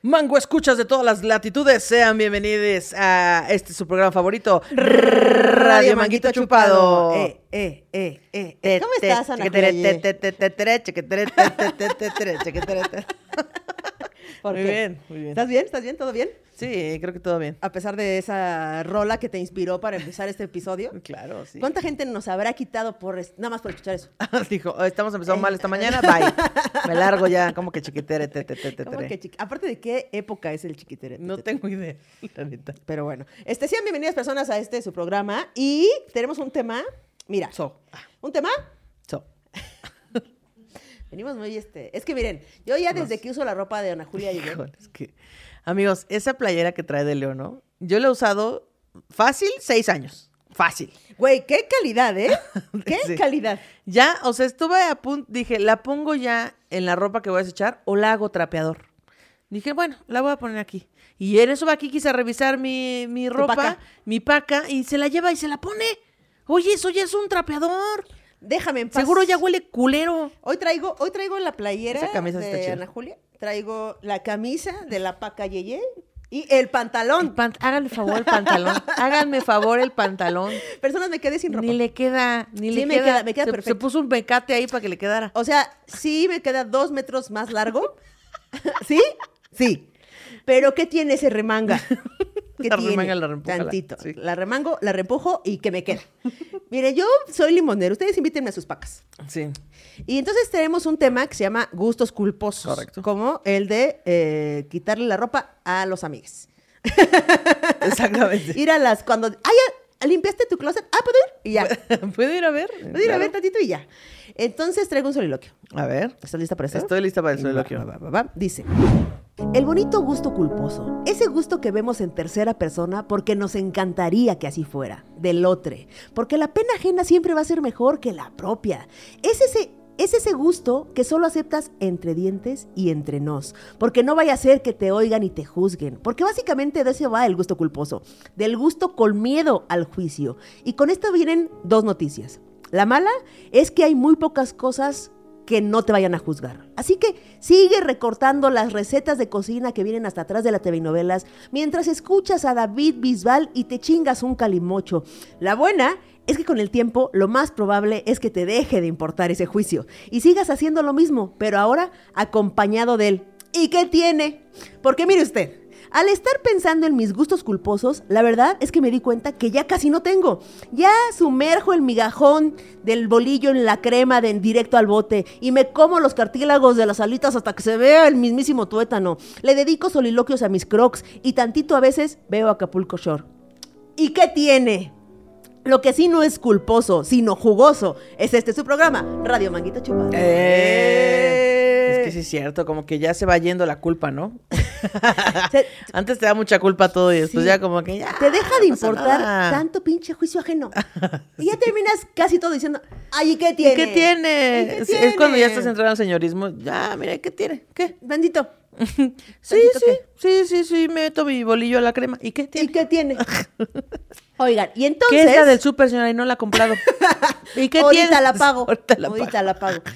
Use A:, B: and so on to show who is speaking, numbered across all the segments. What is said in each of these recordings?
A: Mango escuchas de todas las latitudes, sean bienvenidos a este su programa favorito, Radio Manguito Chupado.
B: Eh, eh, eh, eh, eh.
A: Te,
B: ¿Cómo
A: te,
B: estás, Ana
A: chequetere,
B: Juliet?
A: te, te, te, tere, chequetere, te, te, te, te, tere, chequetere, te.
B: ¿Por
A: Muy
B: qué?
A: bien, muy bien.
B: ¿Estás bien? ¿Estás bien? ¿Todo bien?
A: Sí, creo que todo bien.
B: A pesar de esa rola que te inspiró para empezar este episodio.
A: Claro, sí.
B: ¿Cuánta gente nos habrá quitado por es- nada más por escuchar eso?
A: Dijo, "Oh, estamos
B: Eh.
A: empezando mal esta mañana, bye. Me largo ya, como que chequetere, te, te, te, te,
B: ¿Cómo
A: tere.
B: que chiqui- Aparte de qué época es el chiquitere.
A: No tengo idea, la neta.
B: Pero bueno, este, sean bienvenidas personas a este su programa y tenemos un tema, mira,
A: So, ah,
B: un tema,
A: so.
B: venimos muy este, es que miren, yo ya desde que uso la ropa de Ana Julia y
A: Híjole, es que- Amigos, esa playera que trae de Leo, ¿no? Yo la he usado fácil seis años. Fácil.
B: güey, qué calidad, ¿eh? Qué
A: Sí.
B: calidad.
A: Ya, o sea, estuve a punto, dije, ¿la pongo ya en la ropa que voy a desechar o la hago trapeador? Dije, bueno, la voy a poner aquí. Y en eso va aquí, quise revisar mi, mi ropa,
B: paca.
A: mi paca, y se la lleva y se la pone. Oye, eso ya es un trapeador.
B: Déjame en paz.
A: Seguro ya huele culero.
B: Hoy traigo, hoy traigo la playera
A: Esa camisa está
B: de
A: chida.
B: Ana Julia, traigo la camisa de la paca Yeye y el pantalón.
A: Pan- háganle favor el pantalón. Háganme favor el pantalón.
B: Personas me quedé sin ropa.
A: Ni le queda, ni
B: Sí,
A: le
B: me
A: queda.
B: queda- me queda
A: se,
B: perfecto.
A: se puso un mecate ahí para que le quedara.
B: O sea, sí me queda dos metros más largo. ¿Sí? Sí. Pero ¿qué tiene ese remanga? ¿Qué
A: La
B: tiene?
A: remanga la reempújala,
B: Tantito.
A: sí.
B: La remango, la reempujo y que me queda. Mire, yo soy limonero. Ustedes invítenme a sus pacas.
A: Sí.
B: Y entonces tenemos un tema que se llama gustos culposos.
A: Correcto.
B: Como el de eh, quitarle la ropa a los amigos.
A: Exactamente.
B: Ir a las cuando... Ah, ya, limpiaste tu closet. Ah, puedo ir. Y ya.
A: ¿Puedo ir a ver?
B: Puedo ir a ver tantito y ya. Entonces traigo un soliloquio.
A: A ver.
B: ¿Estás lista para eso?
A: Estoy lista para el soliloquio.
B: Va, va, va, va. Dice. El bonito gusto culposo, ese gusto que vemos en tercera persona porque nos encantaría que así fuera, del otro, porque la pena ajena siempre va a ser mejor que la propia. Es ese, es ese gusto que solo aceptas entre dientes y entre nos, porque no vaya a ser que te oigan y te juzguen, porque básicamente de eso va el gusto culposo, del gusto con miedo al juicio. Y con esto vienen dos noticias. La mala es que hay muy pocas cosas que no te vayan a juzgar. Así que sigue recortando las recetas de cocina que vienen hasta atrás de la TV y novelas mientras escuchas a David Bisbal y te chingas un calimocho. La buena es que con el tiempo lo más probable es que te deje de importar ese juicio y sigas haciendo lo mismo, pero ahora acompañado de él. ¿Y qué tiene? Porque mire usted, al estar pensando en mis gustos culposos, la verdad es que me di cuenta que ya casi no tengo. Ya sumerjo el migajón del bolillo en la crema de en directo al bote y me como los cartílagos de las alitas hasta que se vea el mismísimo tuétano. Le dedico soliloquios a mis crocs y tantito a veces veo Acapulco Shore. ¿Y qué tiene? Lo que sí no es culposo, sino jugoso, es este su programa, Radio Manguita Chupada.
A: Eh, Es que sí es cierto, como que ya se va yendo la culpa, ¿no?
B: Se-
A: Antes te da mucha culpa todo y después
B: Sí.
A: ya como que ya.
B: Te deja de
A: no pasa
B: importar
A: nada.
B: tanto pinche juicio ajeno. Y ya terminas casi todo diciendo, ay, ¿y qué tiene?
A: ¿Y qué tiene?
B: ¿Y qué
A: Es- Es cuando ya
B: tiene?
A: estás entrando al señorismo. Ya, mira, ¿qué tiene? ¿Qué?
B: Bendito.
A: Sí,
B: ¿Tantito
A: sí,
B: qué?
A: sí, sí, sí, meto mi bolillo a la crema. ¿Y qué
B: ¿Y
A: tiene?
B: qué tiene? Oigan, y
A: ¿Qué
B: entonces...
A: es la del súper, señora? Y no la ha comprado. ¿Y qué
B: ahorita
A: tiene?
B: la pago.
A: Ahorita la pago.
B: pago.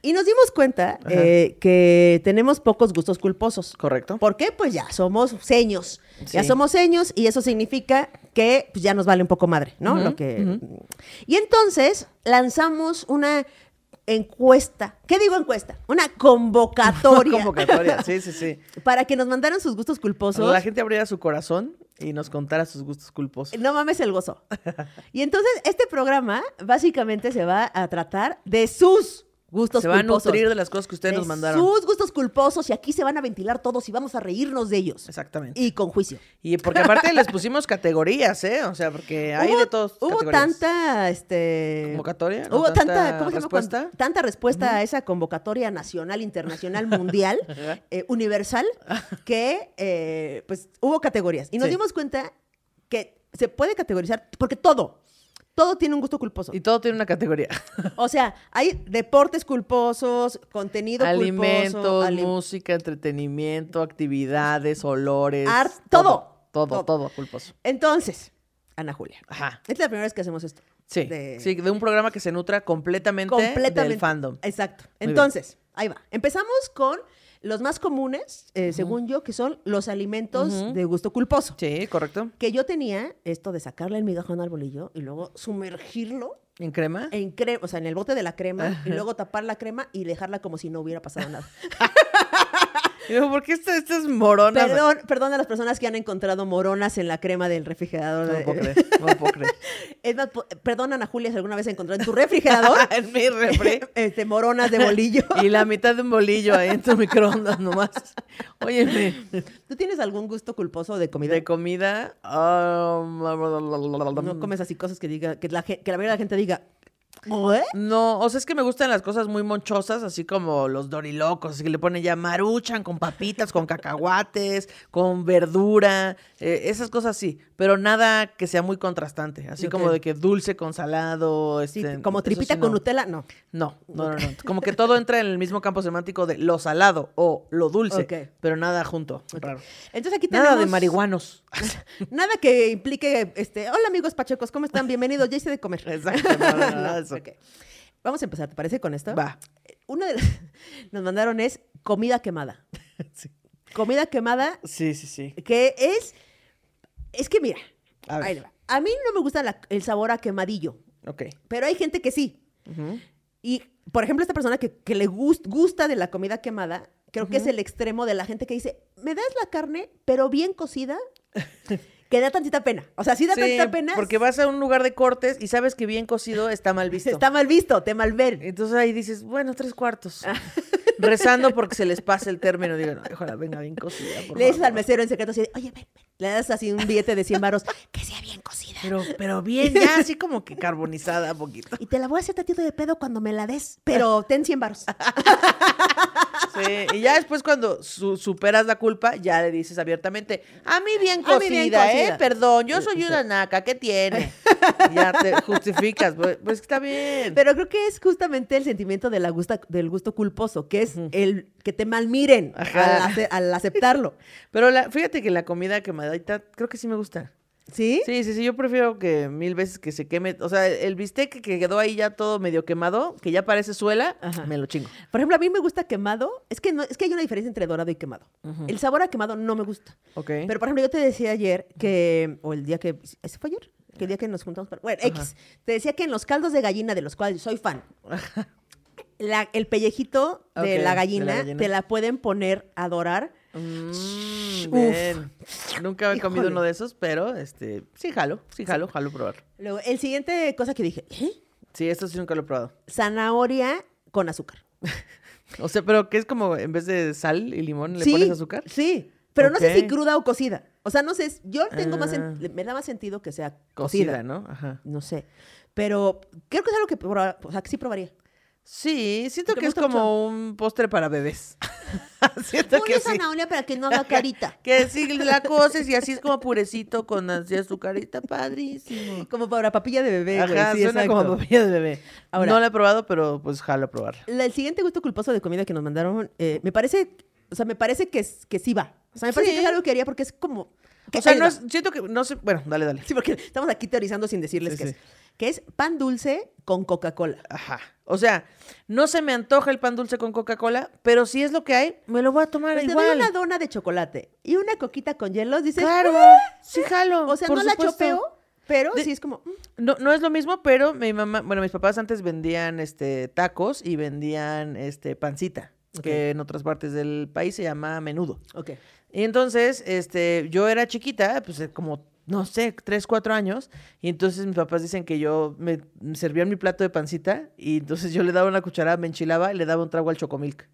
B: Y nos dimos cuenta eh, que tenemos pocos gustos culposos.
A: Correcto.
B: ¿Por qué? Pues ya somos seños. Ya
A: Sí.
B: somos seños y eso significa que pues, ya nos vale un poco madre, ¿no?
A: Ujú,
B: Lo que... Y entonces lanzamos una encuesta. ¿Qué digo encuesta? Una convocatoria.
A: Convocatoria, sí, sí, sí.
B: Para que nos mandaran sus gustos culposos.
A: La gente abriera su corazón y nos contara sus gustos culposos.
B: No mames el gozo. Y entonces este programa básicamente se va a tratar de sus gustos
A: Se va a
B: culposos.
A: nutrir de las cosas que ustedes
B: de
A: nos mandaron.
B: Sus gustos culposos y aquí se van a ventilar todos y vamos a reírnos de ellos.
A: Exactamente.
B: Y con juicio.
A: Y porque aparte les pusimos categorías, ¿eh? O sea, porque hay
B: hubo,
A: de todos.
B: hubo
A: categorías.
B: tanta este
A: ¿Convocatoria? ¿No?
B: Hubo tanta,
A: ¿Tanta
B: ¿cómo se llama?
A: respuesta?
B: Cuando- Tanta respuesta a esa convocatoria nacional, internacional, mundial, eh, universal, que eh, pues hubo categorías. Y nos
A: Sí.
B: dimos cuenta que se puede categorizar, porque todo, todo tiene un gusto culposo.
A: Y todo tiene una categoría.
B: O sea, hay deportes culposos, contenido
A: Alimentos,
B: culposo, alim-
A: música, entretenimiento, actividades, olores.
B: Ar-
A: todo, todo,
B: todo, todo.
A: todo culposo.
B: Entonces, Ana Julia,
A: Ajá.
B: es la primera vez que hacemos esto.
A: Sí.
B: De-
A: Sí, de un programa que se nutra completamente,
B: completamente
A: del fandom.
B: Exacto.
A: bien.
B: Entonces, ahí va. Empezamos con los más comunes, eh, según yo, que son los alimentos de gusto culposo.
A: Sí, correcto.
B: Que yo tenía esto de sacarle el migajón al bolillo y luego sumergirlo
A: ¿En crema?
B: en crema, o sea, en el bote de la crema y luego tapar la crema y dejarla como si no hubiera pasado nada.
A: Y digo, ¿por qué esta- estas moronas?
B: perdón, perdón a las personas que han encontrado moronas en la crema del refrigerador.
A: No
B: de-
A: lo puedo creer, no lo puedo creer.
B: Es más, po- perdonan a Julia si alguna vez encontró en tu refrigerador
A: en mi refri.
B: este, moronas de bolillo.
A: Y la mitad de un bolillo ahí en tu microondas nomás. Óyeme,
B: ¿Tú tienes algún gusto culposo de comida? Ah,
A: de comida. um, Mm.
B: no comes así cosas que diga que la, ge- que la mayoría de la gente diga ¿Eh?
A: No, o sea, es que me gustan las cosas muy monchosas, así como los dorilocos, así que le ponen ya maruchan con papitas, con cacahuates, con verdura, eh, esas cosas sí, pero nada que sea muy contrastante, así
B: Ok.
A: como de que dulce con salado,
B: Sí,
A: este,
B: como
A: eso
B: tripita
A: sí
B: con
A: no.
B: Nutella, no.
A: No, no, no, no. Como que todo entra en el mismo campo semántico de lo salado o lo dulce,
B: Ok.
A: pero nada junto. raro.
B: Entonces aquí tenemos
A: Nada de marihuanos.
B: Nada que implique este, hola amigos pachecos, ¿cómo están? Bienvenidos, ya hice de comer.
A: Exacto, no, no, nada de eso.
B: ok. Vamos a empezar, ¿te parece con esto?
A: Va.
B: Una de las nos mandaron es comida quemada.
A: Sí.
B: Comida quemada
A: Sí, sí, sí.
B: que es es que mira,
A: A ver.
B: ahí le va. a mí no me gusta la- el sabor a quemadillo,
A: Ok.
B: pero hay gente que sí.
A: Ujú.
B: Y, por ejemplo, esta persona que, que le gust- gusta de la comida quemada, creo que es el extremo de la gente que dice, me das la carne, pero bien cocida, que da tantita pena. O sea, sí da
A: Sí,
B: tantita pena.
A: porque vas a un lugar de cortes y sabes que bien cocido está mal visto.
B: Está mal Ah. visto, te malven.
A: Entonces ahí dices, bueno, tres cuartos. Rezando porque se les pase el término. Digo, no, ojalá venga bien cocida. por
B: Le dices
A: favor".
B: al mesero en secreto así, de, oye, ven, ven". Le das así un billete de 100 varos, que sea bien cocida.
A: Pero, pero bien, ya así como que carbonizada poquito.
B: Y te la voy a hacer tantito de pedo cuando me la des, pero ten 100 varos.
A: Sí, y ya después cuando su- superas la culpa, ya le dices abiertamente, a mí bien
B: A
A: cocida,
B: mí bien
A: ¿eh?
B: cocida".
A: Perdón, yo soy una naca, ¿qué tiene? Y ya te justificas, pues, pues está bien.
B: Pero creo que es justamente el sentimiento de la gusta, del gusto culposo, que es el que te malmiren
A: Ajá.
B: al, ace- al aceptarlo.
A: Pero la, fíjate que la comida quemadita creo que sí me gusta.
B: ¿Sí?
A: Sí, sí, sí, yo prefiero que mil veces que se queme, o sea, el bistec que quedó ahí ya todo medio quemado, que ya parece suela,
B: Ajá.
A: me lo chingo.
B: Por ejemplo, a mí me gusta quemado. Es que, no, es que hay una diferencia entre dorado y quemado. El sabor a quemado no me gusta.
A: Ok.
B: Pero, por ejemplo, yo te decía ayer que, o el día que, ¿ese fue ayer? Que el día que nos juntamos para... Bueno, X. Te decía que en los caldos de gallina, de los cuales soy fan, la- el pellejito de,
A: Ok, de
B: la
A: la
B: gallina
A: gallina.
B: te la pueden poner a dorar.
A: Mm,
B: Uf.
A: bien. Nunca he comido
B: Híjole.
A: uno de esos, pero este, sí jalo, sí jalo, jalo probar.
B: Luego, el siguiente cosa que dije, ¿eh?
A: Sí, esto sí nunca lo he probado.
B: Zanahoria con azúcar.
A: O sea, pero que es como en vez de sal y limón le
B: Sí,
A: pones azúcar.
B: Sí, pero no sé si
A: Ok.
B: cruda o cocida. O sea, no sé, yo tengo más... en-
A: Ah.
B: me da más sentido que sea
A: Cocida,
B: cocida.
A: ¿no? Ajá.
B: No sé. Pero creo que es algo que, proba- o sea, que sí probaría.
A: Sí, siento
B: Porque
A: que
B: me
A: es
B: gusta
A: como un postre para bebés. siento que sí.
B: para que no haga carita.
A: Que sí la coces y así es como purecito con así azucarita, padrísimo.
B: Como para papilla de bebé. güey.
A: Ajá,
B: Sí,
A: suena
B: exacto.
A: como papilla de bebé.
B: Ahora-
A: no la he probado, pero pues jalo a probar.
B: La- el siguiente gusto culposo de comida que nos mandaron, eh, me parece, o sea, me parece que, es- que sí va. O sea, me parece
A: Sí.
B: que es algo que haría porque es como... que-
A: O sea,
B: ahí
A: no
B: va.
A: es- siento que no sé, bueno, dale, dale.
B: Sí, porque estamos aquí teorizando sin decirles
A: Sí,
B: qué
A: sí.
B: es. Que es pan dulce con Coca-Cola.
A: Ajá. O sea, no se me antoja el pan dulce con Coca-Cola, pero si es lo que hay, me lo voy a tomar
B: Pues te doy
A: igual.
B: una dona de chocolate y una coquita con hielos, dices...
A: Claro,
B: "Ah".
A: sí jalo.
B: O sea,
A: por
B: no la
A: supuesto.
B: chopeo, pero
A: De-
B: sí es como... mm,
A: No, no es lo mismo, pero mi mamá, bueno, mis papás antes vendían este tacos y vendían este pancita, que en otras partes del país se llama menudo.
B: Ok.
A: Y entonces, este, yo era chiquita, pues eh, como, no sé, tres, cuatro años. Y entonces mis papás dicen que yo me me servían mi plato de pancita y entonces yo le daba una cucharada, me enchilaba y le daba un trago al chocomilk.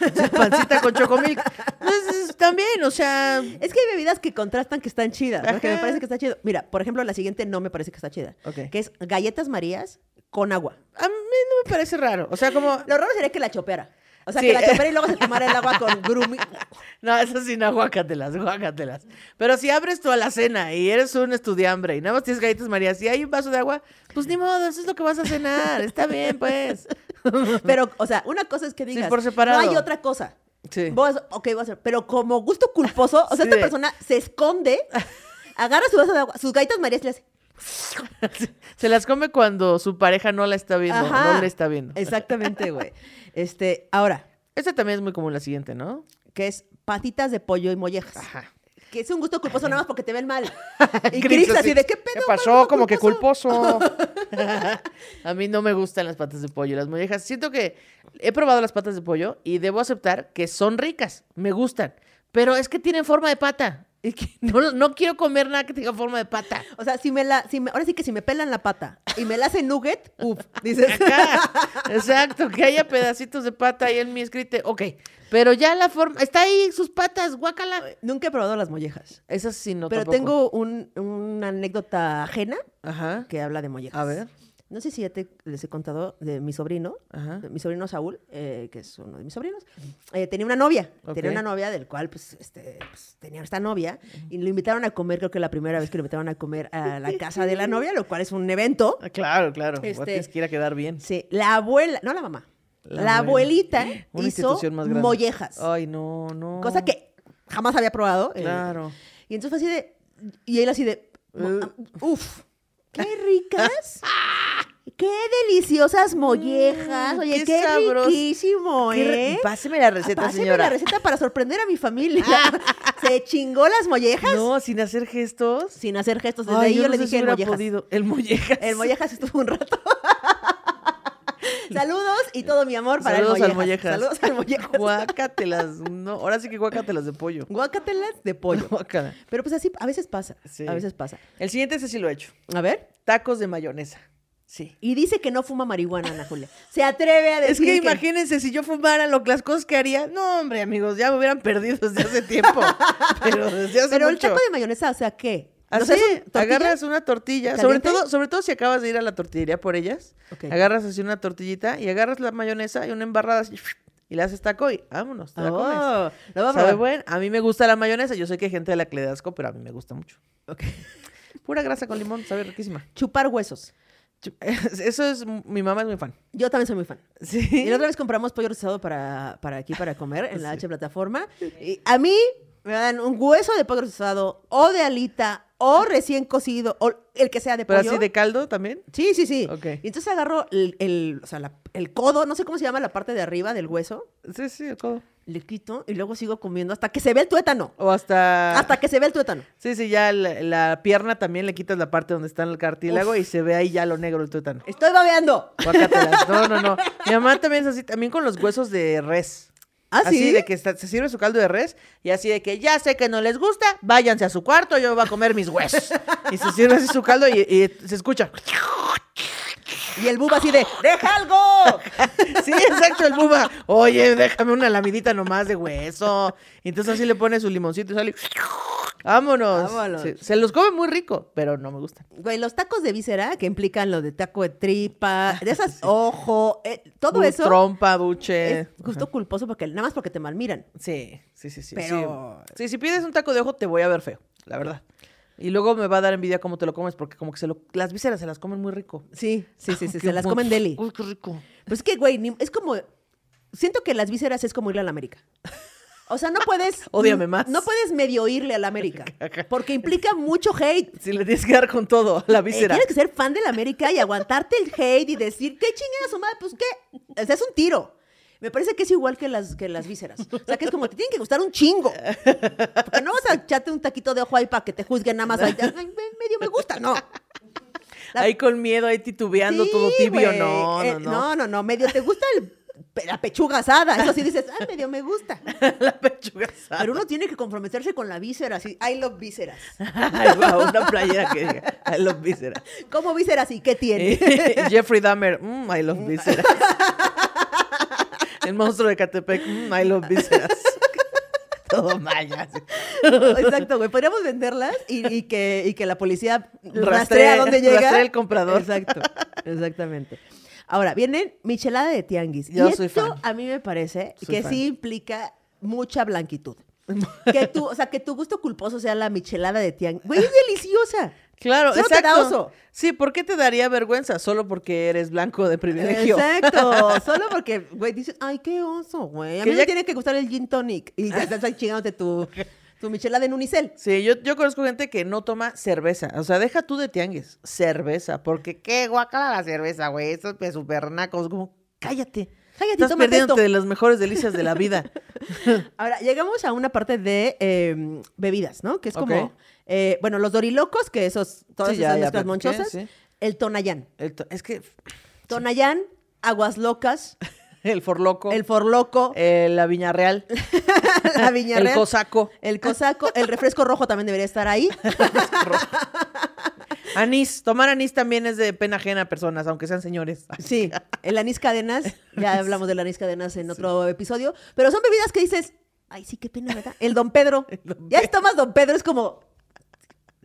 A: O sea, pancita con chocomilk. Entonces, también, o sea,
B: Es que hay bebidas que contrastan que están chidas, ¿no? que me
A: Ajá.
B: parece que está chido. Mira, por ejemplo, la siguiente no me parece que está chida,
A: Ok.
B: que es galletas marías con agua.
A: a mí no me parece raro. O sea, como,
B: Lo raro sería que la chopeara. O sea,
A: Sí.
B: que la chopeara y luego se tomara el agua con grumi.
A: no, eso sí, no, guácatelas, guácatelas. Pero si abres tú a la cena y eres un estudiambre y nada más tienes galletas María, si hay un vaso de agua, pues ni modo, eso es lo que vas a cenar. Está bien, pues.
B: Pero, o sea, una cosa es que digas,
A: por separado.
B: no hay otra cosa.
A: Sí.
B: Vos, ok, voy a hacer. Pero como gusto culposo, o sea,
A: Sí,
B: esta
A: de-
B: persona se esconde, agarra su vaso de agua, sus galletas marías y le hace.
A: Se las come cuando su pareja no la está viendo,
B: Ajá.
A: no le está viendo.
B: Exactamente, güey. Este, ahora,
A: Esta también es muy común la siguiente, ¿no?
B: que es patitas de pollo y mollejas.
A: Ajá.
B: Que es un gusto culposo nada más porque te ven mal. Y Chris así de qué pedo.
A: ¿Qué pasó?
B: mano?
A: Como que culposo. a mí no me gustan las patas de pollo, las mollejas. Siento que he probado las patas de pollo y debo aceptar que son ricas, me gustan, pero es que tienen forma de pata. Y que no, no quiero comer nada que tenga forma de pata.
B: O sea, si me la, si me- ahora sí que si me pelan la pata y me la hacen nugget, uff, dices.
A: Ajá, Exacto, que haya pedacitos de pata ahí en mi escrite. Ok, pero ya la forma. Está ahí sus patas, guácala.
B: Nunca he probado las mollejas.
A: Esas sí no
B: pero
A: tampoco.
B: tengo un- una anécdota ajena
A: Ajá.
B: que habla de mollejas.
A: A ver.
B: No sé si ya te, les he contado de mi sobrino.
A: Ajá.
B: Mi sobrino Saúl, eh, que es uno de mis sobrinos, eh, tenía una novia.
A: Ok.
B: Tenía una novia del cual, pues, este, pues, tenía esta novia. Y lo invitaron a comer, creo que la primera vez que lo invitaron a comer a la casa de la novia, lo cual es un evento.
A: Ah, Claro, claro. Este...
B: Este-
A: Tienes que ir a quedar bien.
B: Sí, la abuela, no la mamá,
A: La
B: la,
A: abuela.
B: abuelita
A: Una
B: hizo
A: institución más grande. Oh.
B: mollejas,
A: Ay, no, no.
B: cosa que jamás había probado. eh,
A: Claro. Eh.
B: y entonces fue así de, y él así de, uff, qué ricas. Qué deliciosas mollejas.
A: Mm,
B: Oye,
A: qué
B: qué,
A: sabros-
B: riquísimo,
A: Qué re-
B: ¿eh?
A: Páseme la receta,
B: Páseme
A: señora.
B: la receta para sorprender a mi familia. Se chingó las mollejas
A: No, sin hacer gestos.
B: sin hacer gestos. Pues Desde
A: Ay,
B: ahí yo,
A: no
B: le
A: sé si
B: dije el
A: hubiera
B: mollejas.
A: podido. El mollejas.
B: El mollejas estuvo un rato. Saludos y todo mi amor para
A: Saludos
B: el
A: al
B: mollejas.
A: mollejas.
B: Saludos al mollejas.
A: Guácatelas. No, ahora sí que guácatelas de pollo.
B: Guácatelas de pollo.
A: Guácala.
B: Pero pues así, a veces pasa.
A: Sí.
B: A veces pasa.
A: El siguiente ese sí lo he hecho.
B: A ver.
A: Tacos de mayonesa. Sí.
B: Y dice que no fuma marihuana, Ana Julia. Se atreve a
A: Es
B: decir.
A: que imagínense, si yo fumara lo, las cosas que haría. No, hombre, amigos, ya me hubieran perdido desde hace tiempo. pero desde hace
B: Pero el
A: mucho.
B: taco de mayonesa, o sea, ¿qué? ¿Lo
A: Así,
B: haces un- tortilla?
A: agarras una tortilla, sobre
B: ¿Caliente?
A: todo, sobre todo si acabas de ir a la tortillería por ellas,
B: Ok.
A: agarras así una tortillita y agarras la mayonesa y una embarrada así, y le haces taco y vámonos, te la comes.
B: Oh, lo voy
A: ¿Sabe
B: a probar.
A: buen? A mí me gusta la mayonesa, yo sé que hay gente a la que le da asco, pero a mí me gusta mucho.
B: Ok.
A: Pura grasa con limón, sabe riquísima.
B: Chupar huesos.
A: Chu- Eso es, mi mamá es muy fan.
B: Yo también soy muy fan. Y
A: Sí.
B: la otra vez compramos pollo rostizado para, para aquí, para comer, en la H plataforma. Y a mí me dan un hueso de pollo rostizado, o de alita, o recién cocido, o el que sea de
A: Pero
B: pollo.
A: así de caldo también.
B: Sí, sí, sí.
A: Ok.
B: Y entonces agarro el, el- o sea, la- el codo, no sé cómo se llama la parte de arriba del hueso,
A: Sí, sí, el codo.
B: le quito y luego sigo comiendo hasta que se ve el tuétano.
A: O hasta...
B: Hasta que se ve el tuétano.
A: Sí, sí, ya la, la pierna también le quitas la parte donde está el cartílago y se ve ahí ya lo negro, el tuétano.
B: Estoy babeando.
A: Guácatelas. No, no, no. Mi mamá también es así, también con los huesos de res.
B: ¿Ah,
A: así
B: sí?
A: de que está- se sirve su caldo de res y así de que ya sé que no les gusta, váyanse a su cuarto, yo voy a comer mis huesos. Y se sirve así su caldo y, y se escucha.
B: Y el buba así de, ¡deja algo!
A: Sí, exacto, el buba. Oye, déjame una lamidita nomás de hueso. Y entonces así le pone su limoncito y sale. Vámonos.
B: Vámonos.
A: Sí, se los come muy rico, pero no me gustan.
B: Güey, los tacos de víscera que implican lo de taco de tripa, de esas ojo, eh, todo
A: Bu-
B: eso
A: Trompa, buche.
B: es justo culposo porque nada más porque te malmiran.
A: Sí, sí, sí, sí.
B: Pero-
A: Sí. Sí, si pides un taco de ojo, te voy a ver feo, la verdad. Y luego me va a dar envidia cómo te lo comes, porque como que se lo, las vísceras se las comen muy rico.
B: Sí, sí, sí, sí,
A: Qué
B: se las
A: bueno.
B: comen deli.
A: Uy, qué rico.
B: Pues es que, güey, ni- es como siento que las vísceras es como irle a la América. O sea, no puedes
A: Ódiame más.
B: No puedes medio irle a la América porque implica mucho hate.
A: Si le tienes que dar con todo a la
B: Eh,
A: víscera.
B: tienes que ser fan de la América y aguantarte el hate y decir, ¿qué chingada su madre? Pues qué, o sea, es un tiro. Me parece que es igual que las, que las vísceras. O sea, que es como, te tienen que gustar un chingo. Porque no vas a echarte un taquito de ojo ahí para que te juzguen nada más. Ahí, "Ay, me- medio me gusta, no. la-
A: Ahí con miedo, ahí titubeando,
B: Sí,
A: todo tibio.
B: güey.
A: No,
B: Eh,
A: no, no.
B: No, no, no, medio te gusta el- la pechuga asada. Eso sí dices, ay, medio me gusta.
A: la pechuga asada.
B: Pero uno tiene que comprometerse con la víscera. Así, I love vísceras.
A: Ay, guau, una playera que diga, I love vísceras.
B: ¿Cómo vísceras y qué tiene?
A: Eh. Jeffrey Dahmer, mm, I love vísceras. El monstruo de Catepec, mm, I love vísceras. Todo mal ya. sí.
B: Exacto, güey. Podríamos venderlas y, y que, y que la policía
A: Rastree-
B: rastrea dónde llega.
A: rastrea el comprador.
B: Exacto, exactamente. Ahora, vienen michelada de tianguis.
A: Yo
B: y
A: soy
B: esto
A: fan.
B: a mí me parece
A: Soy
B: que
A: fan.
B: sí implica mucha blanquitud. Que tú, o sea, que tu gusto culposo sea la michelada de tianguis. Güey, es deliciosa.
A: Claro,
B: Solo te
A: exacto.
B: da oso.
A: Sí, ¿por qué te daría vergüenza? Solo porque eres blanco de privilegio.
B: Exacto. Solo porque, güey, dices, ay, qué oso, güey. A
A: Que
B: mí
A: ya-
B: me tiene que gustar el gin tonic. Y ya estás ahí chingándote tu, tu michelada en unicel.
A: Sí, yo, yo conozco gente que no toma cerveza. O sea, deja tú de tianguis. Cerveza. Porque qué guacala la cerveza, güey. Esos pe- super nacos. Como, cállate.
B: Cállate,
A: Estás
B: tómate
A: perdiéndote
B: esto.
A: de las mejores delicias de la vida.
B: Ahora, llegamos a una parte de eh, bebidas, ¿no? Que es como,
A: Ok.
B: eh, bueno, los dorilocos, que esos, todas
A: Sí, ya-
B: esas
A: ya
B: mezclas
A: platiqué,
B: monchosas.
A: sí.
B: El tonayán.
A: El to- es que
B: Tonayán, aguas locas,
A: el forloco,
B: el
A: el,
B: forloco,
A: la viña real,
B: la viña
A: el
B: Real,
A: cosaco,
B: el cosaco, el refresco rojo también debería estar ahí.
A: anís. Tomar anís también es de pena ajena a personas, aunque sean señores.
B: Sí, el anís cadenas, ya hablamos del anís cadenas en otro episodio, pero son bebidas que dices, ay, sí, qué pena, ¿verdad? El don Pedro.
A: Don
B: ya si tomas don Pedro, es como,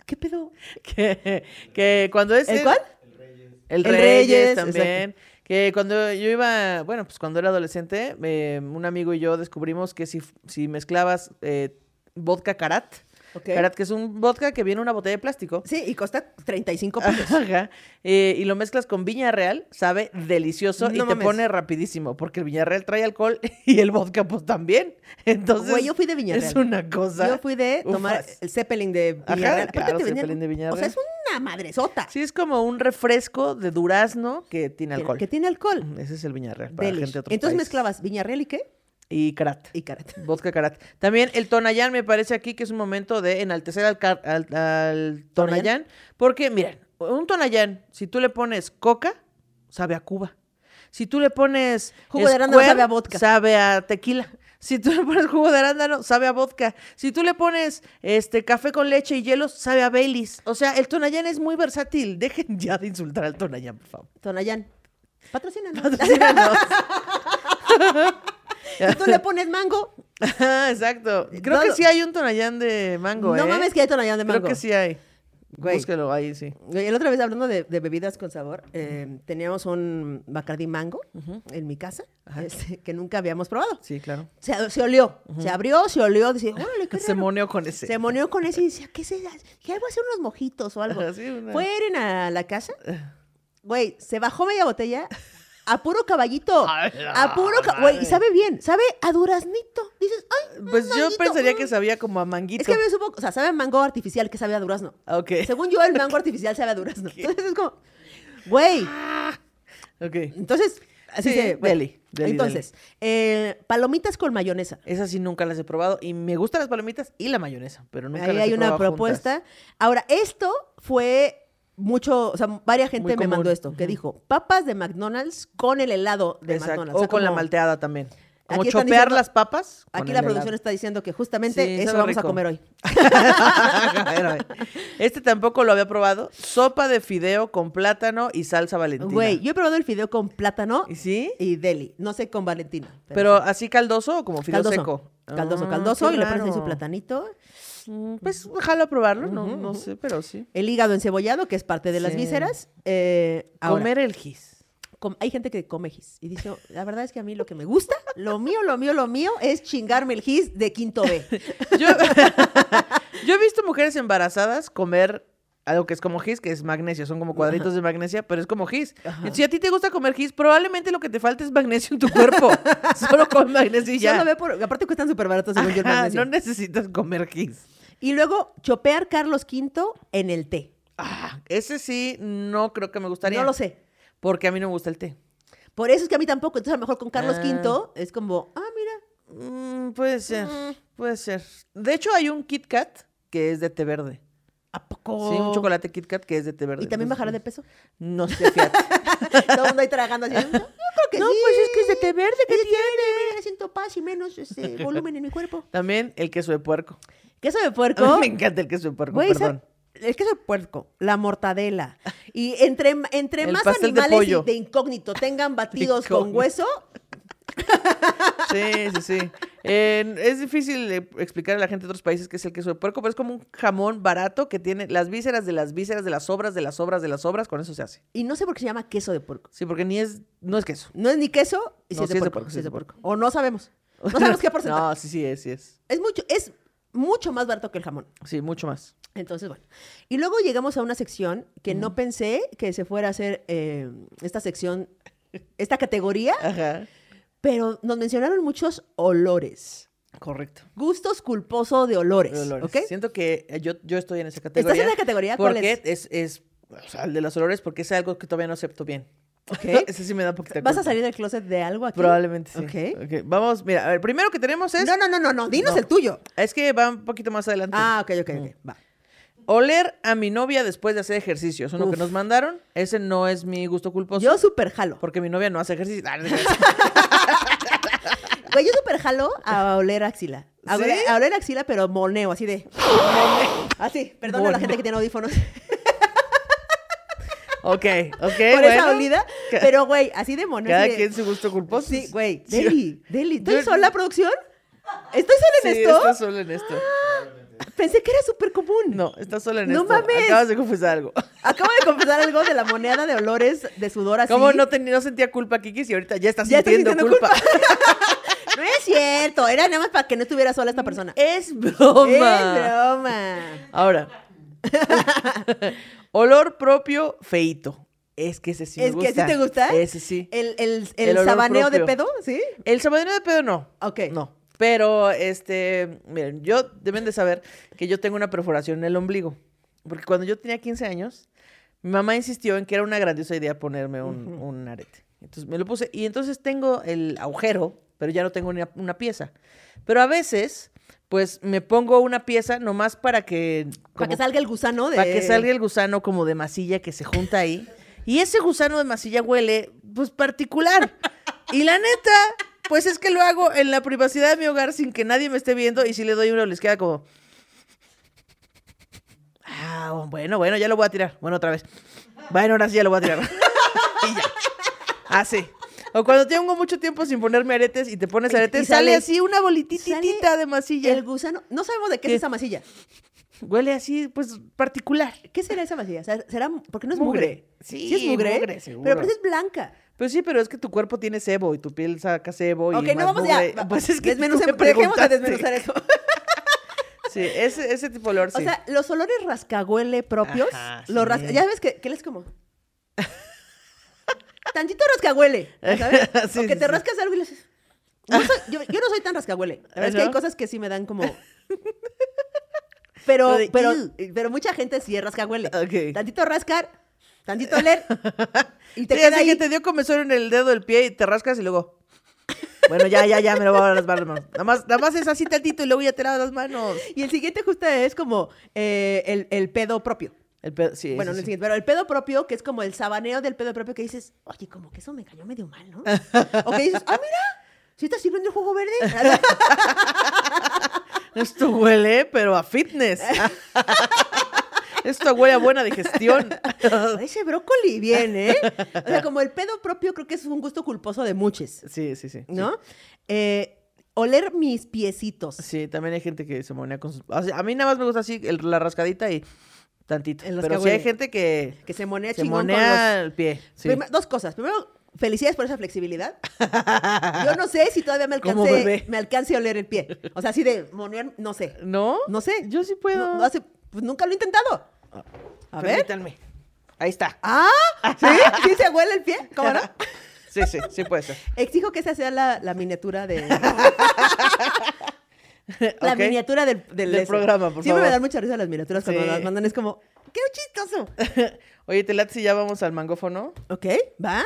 B: ¿qué pedo?
A: que, que cuando es
B: ¿El cuál?
A: El
B: El
A: Reyes,
B: Reyes,
A: también. Que cuando yo iba, bueno, pues cuando era adolescente, eh, un amigo y yo descubrimos que si, si mezclabas eh, vodka karat,
B: Ok.
A: karat que es un vodka que viene en una botella de plástico,
B: Sí, y cuesta 35 pesos.
A: Ajá. Eh, y lo mezclas con Viña Real, sabe delicioso y
B: No
A: te
B: mames.
A: pone rapidísimo, porque el Viña Real trae alcohol y el vodka pues también. Entonces,
B: Güey, yo fui de Viña
A: es
B: Real.
A: una cosa.
B: Yo fui de tomar
A: Ufas.
B: el Zeppelin de
A: Ajá,
B: Villarreal. Aparte
A: claro,
B: te venían-
A: Zeppelin de
B: O sea,
A: Villarreal.
B: es una madresota
A: Sí, es como un refresco de durazno que tiene
B: que-
A: alcohol.
B: que tiene alcohol.
A: Ese es el Viña Real para
B: Delish.
A: gente de otros
B: Entonces
A: países.
B: mezclabas Villarreal y qué?
A: Y karat.
B: Y carat.
A: Vodka karat. También el Tonayán me parece aquí que es un momento de enaltecer al, car- al, al Tonayán. Porque, miren, un Tonayán, si tú le pones coca, sabe a Cuba. Si tú le pones
B: Jugo de arándano,
A: square,
B: sabe a vodka.
A: Sabe a tequila. Si tú le pones jugo de arándano, sabe a vodka. Si tú le pones este café con leche y hielo, sabe a Baileys. O sea, el Tonayán es muy versátil. Dejen ya de insultar al Tonayán, por favor.
B: Tonayán. Patrocínanos.
A: Patrocínanos.
B: Y tú le pones mango.
A: Ajá, Exacto. Creo
B: No
A: que
B: lo-
A: sí hay un Tonayán de mango, ¿eh?
B: No mames que hay Tonayán de mango.
A: Creo que sí hay.
B: Güey.
A: Búsquelo ahí, sí.
B: El otra vez hablando de, de bebidas con sabor, eh, teníamos un Bacardi Mango en mi casa este, que nunca habíamos probado.
A: Sí, claro.
B: Se, se olió, se abrió, se olió, dice, órale, qué
A: Se
B: raro".
A: moneó con ese.
B: Se monió con ese y decía, ¿qué es eso? Ya voy a hacer unos mojitos o algo.
A: Sí, una-
B: Fueron a la casa, güey, se bajó media botella a puro caballito.
A: Ay,
B: A puro ca- Güey, y
A: madre.
B: sabe bien, sabe a duraznito. Dices, ay,
A: Pues yo
B: manguito,
A: pensaría
B: mm".
A: que sabía como a manguito. Ah,
B: Es que me supo, o sea, sabe a mango artificial que sabe a durazno.
A: Ok.
B: Según yo, el mango artificial sabe a durazno. Entonces es como, güey,
A: Ok.
B: entonces, así
A: Sí,
B: se... bueno.
A: deli, deli,
B: Entonces, eh, palomitas con mayonesa.
A: Esas sí nunca las he probado. Y me gustan las palomitas y la mayonesa, pero nunca
B: Ahí
A: las he
B: hay una
A: probado juntas.
B: propuesta. Ahora, esto fue mucho, o sea, varias gente
A: Muy
B: me
A: común.
B: mandó esto, que dijo, papas de McDonald's con el helado de
A: Exacto.
B: McDonald's.
A: O,
B: sea,
A: con la
B: como-
A: malteada también. Como
B: Aquí están
A: chopear
B: diciendo-
A: las papas. con
B: Aquí
A: el
B: la producción
A: helado.
B: está diciendo que justamente
A: Sí,
B: eso
A: sabe
B: vamos a
A: rico.
B: comer hoy.
A: A ver, a ver. Este tampoco lo había probado. Sopa de fideo con plátano y salsa valentina.
B: Güey, yo he probado el fideo con plátano
A: ¿Y sí?
B: y deli, no sé con Valentina.
A: ¿Pero así caldoso o como fideo
B: caldoso,
A: seco?
B: caldoso,
A: Ah,
B: caldoso
A: qué
B: y le pones ahí su
A: raro.
B: platanito.
A: Mm, Pues déjalo probarlo, no, no sé, pero sí.
B: El hígado encebollado, que es parte de las
A: Sí.
B: vísceras. Eh, ahora,
A: Comer el gis.
B: com- hay gente que come gis y dice, la verdad es que a mí lo que me gusta, lo mío, lo mío, lo mío es chingarme el gis de quinto B.
A: Yo, yo he visto mujeres embarazadas comer algo que es como gis, que es magnesio, son como cuadritos de magnesia, pero es como gis. Si a ti te gusta comer gis, probablemente lo que te falta es magnesio en tu cuerpo. Solo con magnesio y
B: Yo
A: ya.
B: lo veo por- aparte cuestan súper baratos según yo el
A: Ajá,
B: magnesio.
A: no necesitas comer gis.
B: Y luego chopear Carlos V en el té.
A: Ah, ese sí no creo que me gustaría.
B: No lo sé.
A: Porque a mí no me gusta el té.
B: Por eso es que a mí tampoco. Entonces a lo mejor con Carlos
A: Ah.
B: V es como, ah, mira.
A: Mm, puede ser,
B: Mm.
A: puede ser. De hecho, hay un Kit Kat que es de té verde.
B: ¿A poco?
A: Sí, un chocolate Kit Kat que es de té verde.
B: Y también
A: Entonces,
B: bajará de peso.
A: No sé, fíjate.
B: Todo el mundo ahí tragando así. No, yo creo que
A: No,
B: sí.
A: pues es que es de té verde que
B: Es de té verde, Mira, siento paz y menos este, volumen en mi cuerpo.
A: también el queso de puerco.
B: Queso de
A: A mí
B: puerco.
A: me encanta el queso de puerco,
B: Güey, esa-
A: perdón.
B: el queso de puerco, la mortadela. Y entre, entre
A: El
B: más
A: pastel de
B: animales y de,
A: pollo.
B: incógnito tengan batidos con
A: Incógnito.
B: hueso,
A: Sí, sí, sí. En- es difícil eh, explicar a la gente de otros países qué es el queso de puerco, pero es como un jamón barato que tiene las vísceras de las vísceras de las sobras de las sobras de las sobras, con eso se hace.
B: y no sé por qué se llama queso de puerco.
A: Sí, porque ni es, no es queso.
B: No es ni queso y si
A: No,
B: es de
A: sí
B: puerco. sí es de puerco.
A: puerco.
B: O no sabemos. No sabemos qué porcentaje.
A: No, sí, sí es, sí es.
B: Es mucho, es mucho más barato que el jamón.
A: Sí, mucho más.
B: Entonces, bueno. Y luego llegamos a una sección que no pensé que se fuera a hacer eh, esta sección, esta categoría,
A: Ajá.
B: pero nos mencionaron muchos olores.
A: Correcto.
B: Gustos culposos de olores.
A: Olores.
B: ¿Ok?
A: Siento que eh, yo, yo estoy en esa categoría.
B: ¿Estás en la categoría? ¿Cuál
A: Porque es, es, o sea, el de los olores, porque es algo que todavía no acepto bien.
B: Ok.
A: Ese sí me da poquita
B: ¿Vas
A: culpa.
B: a salir del closet de algo aquí?
A: Probablemente sí.
B: Ok.
A: Ok, Vamos, mira, a ver, primero que tenemos es.
B: No, no, no, no, no. Dinos
A: No.
B: el tuyo.
A: Es que va un poquito más adelante.
B: Ah, ok, ok, ok. Va.
A: Oler a mi novia después de hacer ejercicio. Es uno
B: Uf.
A: que nos mandaron. Ese no es mi gusto culposo.
B: Yo super jalo.
A: Porque mi novia no hace ejercicio. Ah, no es
B: Güey, yo super jalo a oler axila. A,
A: ¿Sí?
B: oler- a oler axila, pero moneo, así de. Así. Perdón a la
A: Moneo.
B: gente que tiene audífonos
A: ok, ok.
B: por esa
A: bueno.
B: olida.
A: Ca-
B: Pero, güey, así de moneo.
A: Cada
B: así de-
A: quien su gusto culposo.
B: Sí, güey.
A: Sí.
B: Deli, Deli. ¿Estoy
A: Yo-
B: sola, producción? ¿Estoy sola en
A: Sí,
B: esto?
A: está sola en esto.
B: Pensé que era súper común.
A: No, está sola en
B: ¡No
A: esto.
B: mames! ¿Ah,
A: Acabas de confesar algo.
B: Acabo de confesar algo de la moneda de olores de sudor así.
A: ¿Cómo no, ten- no sentía culpa, Kikis? Y ahorita ya estás
B: Ya estoy
A: sintiendo,
B: sintiendo
A: culpa.
B: No es cierto. Era nada más para que no estuviera sola esta persona.
A: Mm. es broma.
B: Es broma.
A: Ahora. Olor propio feito. Es que ese sí me
B: ¿Es que
A: gusta.
B: sí te gusta?
A: Ese sí.
B: El, el,
A: El
B: el,
A: olor
B: sabaneo de
A: propio.
B: pedo, ¿sí?
A: El sabanero de pedo no.
B: Ok.
A: No. Pero, este, miren, yo deben de saber que yo tengo una perforación en el ombligo. Porque cuando yo tenía 15 años, mi mamá insistió en que era una grandiosa idea ponerme un, un arete. Entonces me lo puse. Y entonces tengo el agujero, pero ya no tengo una, una pieza. Pero a veces, pues me pongo una pieza nomás para que.
B: Para que
A: como-
B: salga el gusano de.
A: para que salga el gusano como de masilla que se junta ahí. Y ese gusano de masilla huele, pues, particular. Y la neta, pues es que lo hago en la privacidad de mi hogar sin que nadie me esté viendo. Y si le doy una, les queda como. Ah, bueno, bueno, ya lo voy a tirar. Bueno, otra vez. Bueno, ahora sí ya lo voy a tirar. y ya. Así. O cuando tengo mucho tiempo sin ponerme aretes y te pones
B: Y- y
A: aretes, sale,
B: sale-
A: así una bolititita
B: sale
A: de masilla.
B: El gusano. No sabemos de qué,
A: ¿Qué?
B: es esa masilla.
A: Huele así, pues, particular.
B: ¿Qué será esa masilla? O sea, ¿Será, porque no es
A: Mugre.
B: mugre.
A: Sí,
B: es mugre.
A: mugre, seguro.
B: pero parece es blanca.
A: Pues sí, pero es que tu cuerpo tiene sebo y tu piel saca sebo y
B: ok, no
A: más
B: vamos
A: mugre.
B: ya. va-
A: Pues es que tú me
B: desmenucemos- dejemos de
A: preguntaste.
B: desmenuzar eso.
A: Sí, ese, ese tipo de olor sí.
B: O sea, los olores rascagüele propios.
A: Ajá,
B: los
A: sí.
B: ras- Ya ves que, ¿qué les como? Tantito rascagüele. ¿Sabes?
A: Sí,
B: o que
A: sí, sí.
B: te rascas algo y le haces- No soy- yo, yo no soy tan rascagüele. La verdad es que hay
A: ¿No?
B: cosas que sí me dan como. Pero,
A: Lo de,
B: pero,
A: "Ew".
B: pero mucha gente sí es rascagüele.
A: Ok.
B: Tantito rascar, tantito oler. Y te
A: Sí,
B: queda
A: así
B: ahí.
A: que te dio comezón en el dedo del pie y te rascas y luego... Bueno, ya, ya, ya, me lo voy a rasbar las manos. Nada más, nada más es así tantito y luego ya te lavas las manos.
B: Y el siguiente justo es como eh, el, el pedo propio.
A: El pedo, sí,
B: Bueno, no
A: sí,
B: el
A: sí.
B: siguiente, pero el pedo propio, que es como el sabaneo del pedo propio que dices, oye, como que eso me cayó medio mal, ¿no? O que dices, ah, mira, si está sirviendo el jugo verde. Ah,
A: Esto huele, pero a fitness. Esto huele a buena digestión.
B: Ese brócoli bien, ¿eh? O sea, como el pedo propio creo que es un gusto culposo de muchos,
A: Sí, sí, sí.
B: ¿no? Eh, oler mis piecitos.
A: Sí, también hay gente que se monea con sus... o sea, a mí nada más me gusta así el- la rascadita y tantito.
B: El
A: Pero sí
B: rascahuele.
A: hay gente que
B: Que se monea
A: se
B: chingón con los-
A: monea el pie. Sí.
B: Prima- dos cosas. Primero, felicidades por esa flexibilidad. Yo no sé si todavía me
A: Como
B: alcance,
A: bebé.
B: me alcance a oler el pie. O sea, así de monear, no sé.
A: ¿No?
B: No sé.
A: Yo sí puedo.
B: No- no hace- pues nunca lo he intentado. A ver.
A: Permítanme. Ahí está.
B: ¡Ah! ¿Sí? ¿Sí se huele el pie? ¿Cómo no?
A: Sí, sí, sí puede ser.
B: Exijo que esa sea la, la miniatura de... La
A: Ok.
B: miniatura del, del,
A: Del
B: ese.
A: programa, por
B: Siempre me
A: favor.
B: dan mucha risa las miniaturas cuando
A: Sí.
B: las mandan. Es como, ¡qué chistoso!
A: Oye, te late si ya vamos al mangófono.
B: ¿Ok? ¿Va?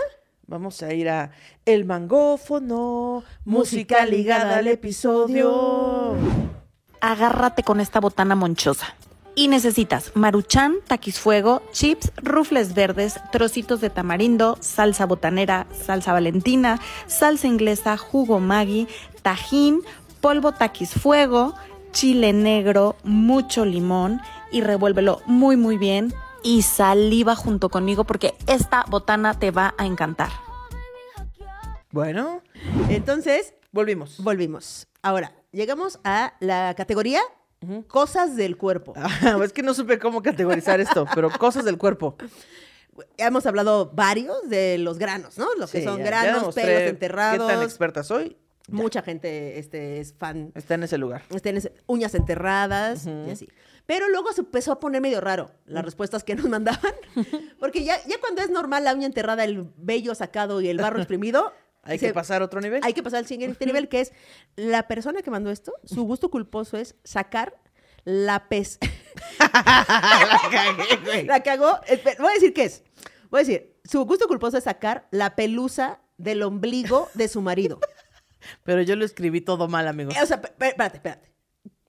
A: Vamos a ir a El Mangófono, música ligada al episodio.
C: Agárrate con esta botana monchosa. Y necesitas maruchan, taquisfuego, chips, rufles verdes, trocitos de tamarindo, salsa botanera, salsa valentina, salsa inglesa, jugo maggi, tajín, polvo taquisfuego, chile negro, mucho limón y revuélvelo muy muy bien y saliva junto conmigo porque esta botana te va a encantar.
A: Bueno,
B: Entonces,
A: volvimos.
B: volvimos. Ahora, llegamos a la categoría cosas del cuerpo.
A: Ah, es que no supe cómo categorizar esto, pero cosas del cuerpo.
B: Ya hemos hablado varios de los granos, ¿no? Lo que
A: Sí,
B: son
A: ya- ya
B: granos,
A: demostré
B: pelos
A: ¿Qué tan
B: enterrados.
A: experta soy?
B: Mucha gente este, es fan.
A: Está en ese lugar.
B: este, en ese- uñas enterradas y así. Pero luego se empezó a poner medio raro las respuestas que nos mandaban. Porque ya, ya cuando es normal la uña enterrada, el vello sacado y el barro exprimido.
A: Hay
B: se-
A: que pasar a otro nivel.
B: Hay que pasar al siguiente nivel, que es la persona que mandó esto, su gusto culposo es sacar la pez.
A: la cagué, güey.
B: eh, La cagó. Espe- Voy a decir qué es. Voy a decir, su gusto culposo es sacar la pelusa del ombligo de su marido.
A: Pero yo lo escribí todo mal, amigos.
B: Eh, O sea, pe- pe- espérate, espérate.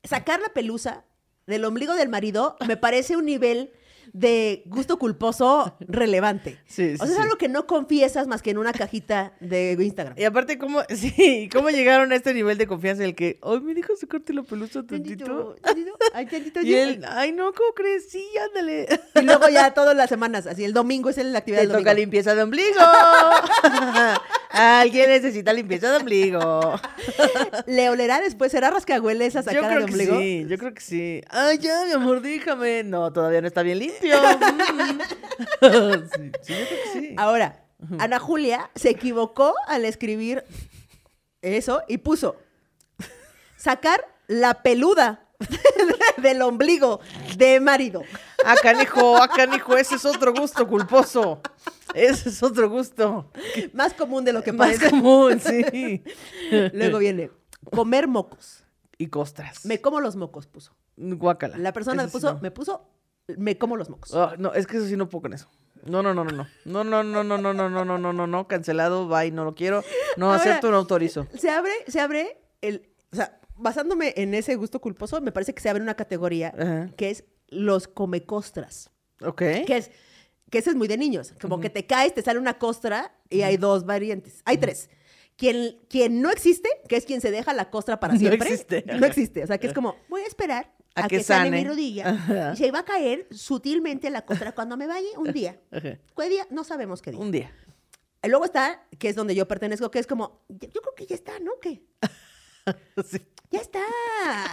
B: Sacar la pelusa del ombligo del marido me parece un nivel de gusto culposo relevante.
A: Sí, sí,
B: o sea, es
A: sí.
B: algo que no confiesas más que en una cajita de Instagram.
A: Y aparte, ¿cómo, sí, ¿cómo llegaron a este nivel de confianza en el que, hoy me dijo sacarte la pelusa tantito?
B: Tantito, ay, tantito,
A: Y él, ay, no, ¿cómo crees? Sí, ándale.
B: Y luego ya todas las semanas, así el domingo es la actividad
A: Te
B: del
A: toca
B: domingo.
A: limpieza de ombligo. Alguien necesita limpieza de ombligo.
B: Le olerá después, será rascahuele esa
A: Yo
B: sacada
A: creo
B: de
A: que
B: ombligo.
A: sí, yo creo que sí. Ay, ya, mi amor, déjame. No, todavía no está bien limpio. Mm. sí, sí, yo creo que sí.
B: Ahora, Ana Julia se equivocó al escribir eso y puso sacar la peluda del ombligo de marido.
A: Ah, canijo, ah, canijo, ese es otro gusto culposo. Ese es otro gusto.
B: Más común de lo que
A: Más
B: parece.
A: común, sí.
B: Luego viene comer mocos.
A: Y costras.
B: Me como los mocos, puso.
A: Guácala.
B: La persona
A: Ah, Eso sí
B: puso,
A: no.
B: me puso, me como los mocos.
A: Ah, no, es que eso sí no puedo con eso. No, no, no, no, no. No, no, no, no, no, no, no, no, no, no, no. Cancelado, bye, no lo quiero. No
B: Ahora-
A: acepto, no autorizo.
B: Se abre, se abre el, o sea, basándome en ese gusto culposo, me parece que se abre una categoría
A: Ajá.
B: que es los comecostras.
A: Ok.
B: que es que ese es muy de niños, como que te caes, te sale una costra y hay dos variantes, hay tres. Quien, quien no existe, que es quien se deja la costra para
A: No
B: siempre.
A: existe.
B: No existe. O sea, que es como, voy a esperar
A: A
B: a,
A: que
B: que, sane.
A: sane.
B: mi rodilla.
A: Ajá.
B: Y se va a caer sutilmente la costra cuando me bañe un día.
A: Ajá.
B: ¿Cuál día? No sabemos qué día.
A: Un día.
B: Y Luego está, que es donde yo pertenezco, que es como, yo yo creo que ya está, ¿no? ¿Qué?
A: Sí.
B: Ya está.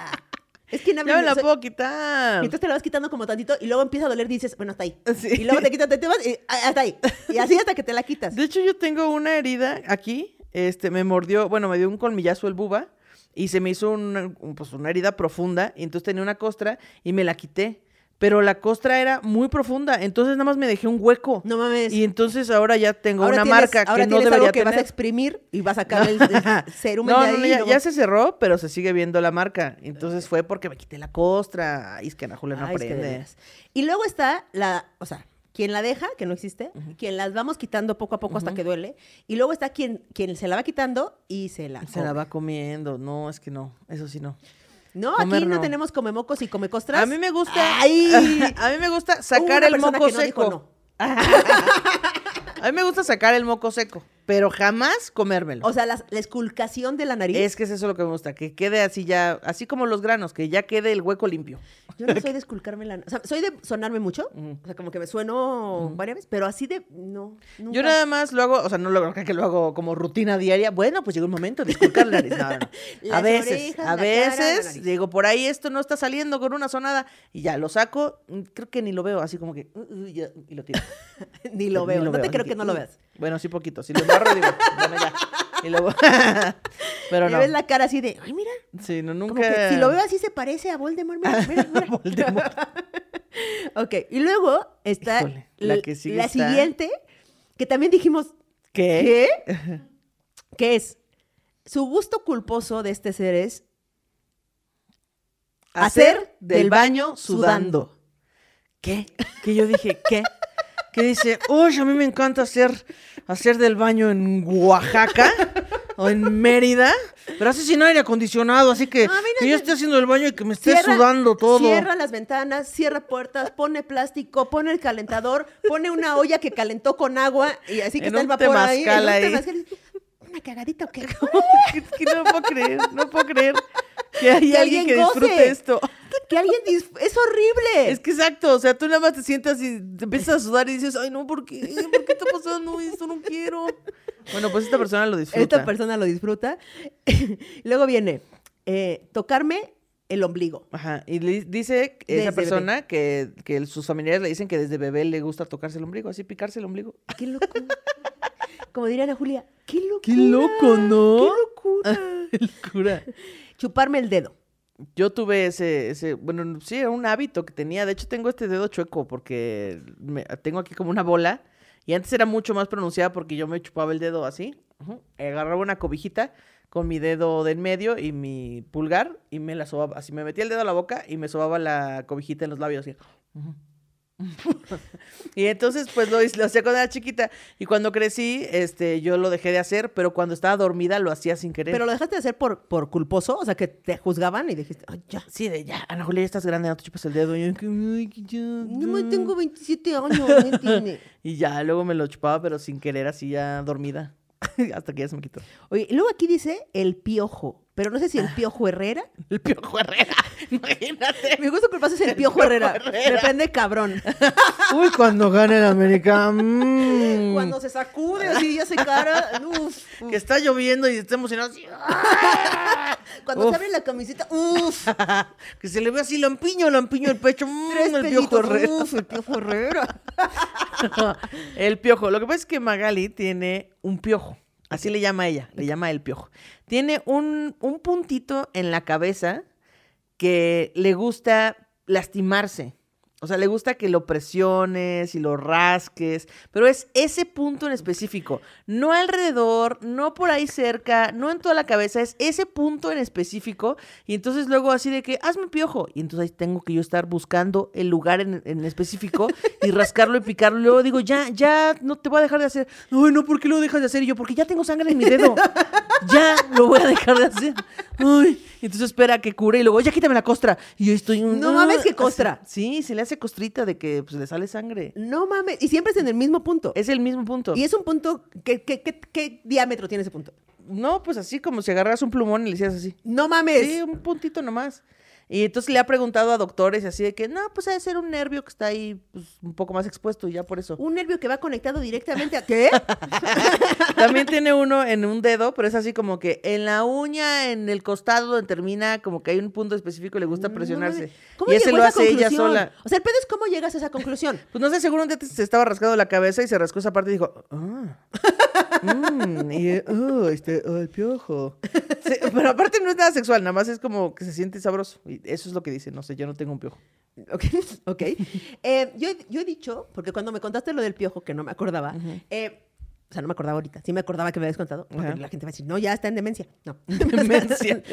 B: Es quien habla.
A: Ya me la
B: soy-
A: puedo quitar.
B: y entonces te la vas quitando como tantito y luego empieza a doler y dices, bueno, hasta ahí.
A: Sí.
B: Y luego te quitas, te, te vas y ah, hasta ahí. Y así hasta que te la quitas.
A: De hecho, yo tengo una herida aquí. Este, me mordió, bueno, me dio un colmillazo el buba y se me hizo una, un- pues, una herida profunda. Y entonces tenía una costra y me la quité. Pero la costra era muy profunda, entonces nada más me dejé un hueco.
B: No mames.
A: Y entonces ahora ya tengo
B: ahora
A: una
B: tienes-
A: marca
B: ahora
A: que no
B: tienes
A: debería
B: algo que vas a
A: tener.
B: exprimir y vas a sacar el, el cerumen
A: no,
B: de ahí.
A: no, no,
B: y
A: ya,
B: luego-
A: ya se cerró, pero se sigue viendo la marca. Entonces fue porque me quité la costra. Ay, es que Ana Julia no
B: Ay, es que de
A: aprende.
B: veras. y luego está la, o sea, quien la deja, que no existe, quien las vamos quitando poco a poco hasta que duele, y luego está quien, quien se la va quitando y se la
A: se la
B: come.
A: va comiendo. No, es que no. Eso sí no.
B: No,
A: comer
B: aquí no,
A: no.
B: tenemos come mocos y come costras.
A: A mí me gusta.
B: Ay.
A: A mí me gusta sacar
B: Hubo una
A: el
B: persona
A: moco
B: que no dijo
A: seco.
B: no.
A: A mí me gusta sacar el moco seco, pero jamás comérmelo.
B: O sea, las- la esculcación de la nariz.
A: es que es eso lo que me gusta, que quede así ya, así como los granos, que ya quede el hueco limpio.
B: Yo no soy de esculcarme la... O sea, soy de sonarme mucho. O sea, como que me sueno varias veces, pero así de... No, nunca.
A: Yo nada más lo hago, o sea, no lo que lo hago como rutina diaria. Bueno, pues llega un momento de esculcar la nariz. No, no, no. A
B: Las
A: veces,
B: orejas,
A: a
B: la cara, la
A: veces
B: nariz.
A: digo, por ahí esto no está saliendo con una sonada y ya lo saco, mm, creo que ni lo veo, así como que uh, uh, ya, y lo tiro.
B: Ni lo veo.
A: Ni
B: no te
A: así
B: creo que no lo
A: uh,
B: veas.
A: Bueno, sí poquito, si lo embarro digo, bueno ya. Y luego Pero
B: Le
A: no.
B: ves la cara así de... Ay, mira.
A: Sí, no
B: Como
A: nunca.
B: que si lo veo así se parece a Voldemort. Mira, mira, mira.
A: Voldemort.
B: ok. Y luego está
A: Híjole, la
B: l-
A: que sigue
B: la
A: está-
B: siguiente, que también dijimos...
A: ¿Qué?
B: ¿Qué? ¿Qué es? Su gusto culposo de este ser es...
A: Hacer del baño sudando. ¿Qué? Que yo dije, ¿qué? Que dice, uy, a mí me encanta hacer, hacer del baño en Oaxaca o en Mérida, pero así sin aire acondicionado, así que,
B: No, a mí no
A: que yo
B: me-
A: esté haciendo el baño y que me esté
B: Cierra-
A: sudando todo.
B: Cierra las ventanas, cierra puertas, pone plástico, pone el calentador, pone una olla que calentó con agua y así que
A: En
B: está el
A: un
B: vapor ahí.
A: temazcal ahí.
B: temazcal. Una cagadita o qué.
A: Es que no puedo creer, no puedo creer que hay
B: Que
A: alguien
B: alguien
A: que
B: goce.
A: disfrute esto.
B: Que alguien dis- es horrible.
A: Es que exacto, o sea, tú nada más te sientas y te empiezas a sudar y dices, ay, no, ¿por qué? ¿Por qué está pasando esto? No quiero. Bueno, pues esta persona lo disfruta.
B: Esta persona lo disfruta. Luego viene eh, tocarme el ombligo.
A: Ajá, y li- dice esa
B: Desde bebé.
A: persona que, que el- sus familiares le dicen que desde bebé le gusta tocarse el ombligo, así picarse el ombligo.
B: Qué loco. Como diría Ana Julia, qué locura.
A: Qué loco, ¿no? Ah.
B: Qué locura.
A: Qué locura.
B: Chuparme el dedo.
A: Yo tuve ese, ese, bueno, sí, era un hábito que tenía. De hecho, tengo este dedo chueco porque me- tengo aquí como una bola. Y antes era mucho más pronunciada porque yo me chupaba el dedo así. ujú, Agarraba una cobijita con mi dedo de en medio y mi pulgar y me la sobaba. Así me metía el dedo a la boca y me sobaba la cobijita en los labios. Así. ujú, Y entonces, pues lo, hice- lo hacía cuando era chiquita. Y cuando crecí, este, yo lo dejé de hacer, pero cuando estaba dormida lo hacía sin querer.
B: Pero lo dejaste de hacer por, por culposo, o sea, que te juzgaban y dijiste, ay, ya.
A: Sí, de ya, Ana Julia, ya estás grande, no te chupas el dedo. Y yo, que, "Ay, que ya,
B: No
A: ya".
B: me tengo 27 años, no entiende.
A: Y ya, luego me lo chupaba, pero sin querer, así ya dormida. Hasta que ya se me quitó.
B: Oye, y luego aquí dice el piojo, pero no sé si el piojo Herrera.
A: El piojo Herrera, imagínate.
B: Mi gusto culposo es el piojo Herrera.
A: Herrera.
B: Depende, cabrón.
A: Uy, cuando gane el América. mm.
B: Cuando se sacude así y hace cara, uf.
A: Que está lloviendo y está emocionado. así,
B: Cuando
A: Uf.
B: se abre la camiseta, uff,
A: que se le ve así lampiño, lampiño el pecho. mm,
B: tres
A: el
B: pelitos,
A: piojo Herrera.
B: uf, el piojo Herrera.
A: el piojo. Lo que pasa es que Magali tiene un piojo. Así le llama ella, le llama el piojo. Tiene un, un puntito en la cabeza que le gusta lastimarse. O sea, le gusta que lo presiones y lo rasques, pero es ese punto en específico. No alrededor, no por ahí cerca, no en toda la cabeza, es ese punto en específico. Y entonces luego así de que, hazme piojo. Y entonces ahí tengo que yo estar buscando el lugar en, en específico y rascarlo y picarlo. Y luego digo, ya, ya, no te voy a dejar de hacer. No, no, ¿por qué lo dejas de hacer? Y yo, porque ya tengo sangre en mi dedo. Ya, lo voy a dejar de hacer. Ay. Y Entonces espera a que cure y luego, ya quítame la costra. Y yo estoy...
B: No mames, ¿qué costra?
A: Así- Sí, se le hace costrita de que pues, le sale sangre.
B: No mames, y siempre es en el mismo punto.
A: Es el mismo punto.
B: Y es un punto, ¿qué, qué, qué, qué diámetro tiene ese punto?
A: No, pues así como si agarras un plumón y le hicieras así.
B: No mames.
A: Sí, un puntito nomás. Y entonces le ha preguntado a doctores y así de que, no, pues debe ser un nervio que está ahí pues, un poco más expuesto y ya por eso.
B: Un nervio que va conectado directamente a... ¿Qué?
A: También tiene uno en un dedo, pero es así como que en la uña, en el costado, donde termina, como que hay un punto específico y le gusta
B: No
A: presionarse.
B: mames. ¿Cómo
A: y ese
B: llegó
A: lo
B: a
A: hace
B: esa
A: ella
B: conclusión?
A: sola.
B: O sea, el pedo es cómo llegas a esa conclusión.
A: Pues no sé, seguro un día te- se estaba rascando la cabeza y se rascó esa parte y dijo, ah, mm, y, eh, oh, este, oh, el piojo. Sí, pero aparte no es nada sexual, nada más es como que se siente sabroso. Y eso es lo que dice, no sé, yo no tengo un piojo.
B: Ok, ok. Eh, yo, he- yo he dicho, porque cuando me contaste lo del piojo, que no me acordaba, eh, o sea, no me acordaba ahorita, sí me acordaba que me habías contado, porque
A: Ajá.
B: la gente va a decir, no, ya está en demencia. No.
A: Demencia.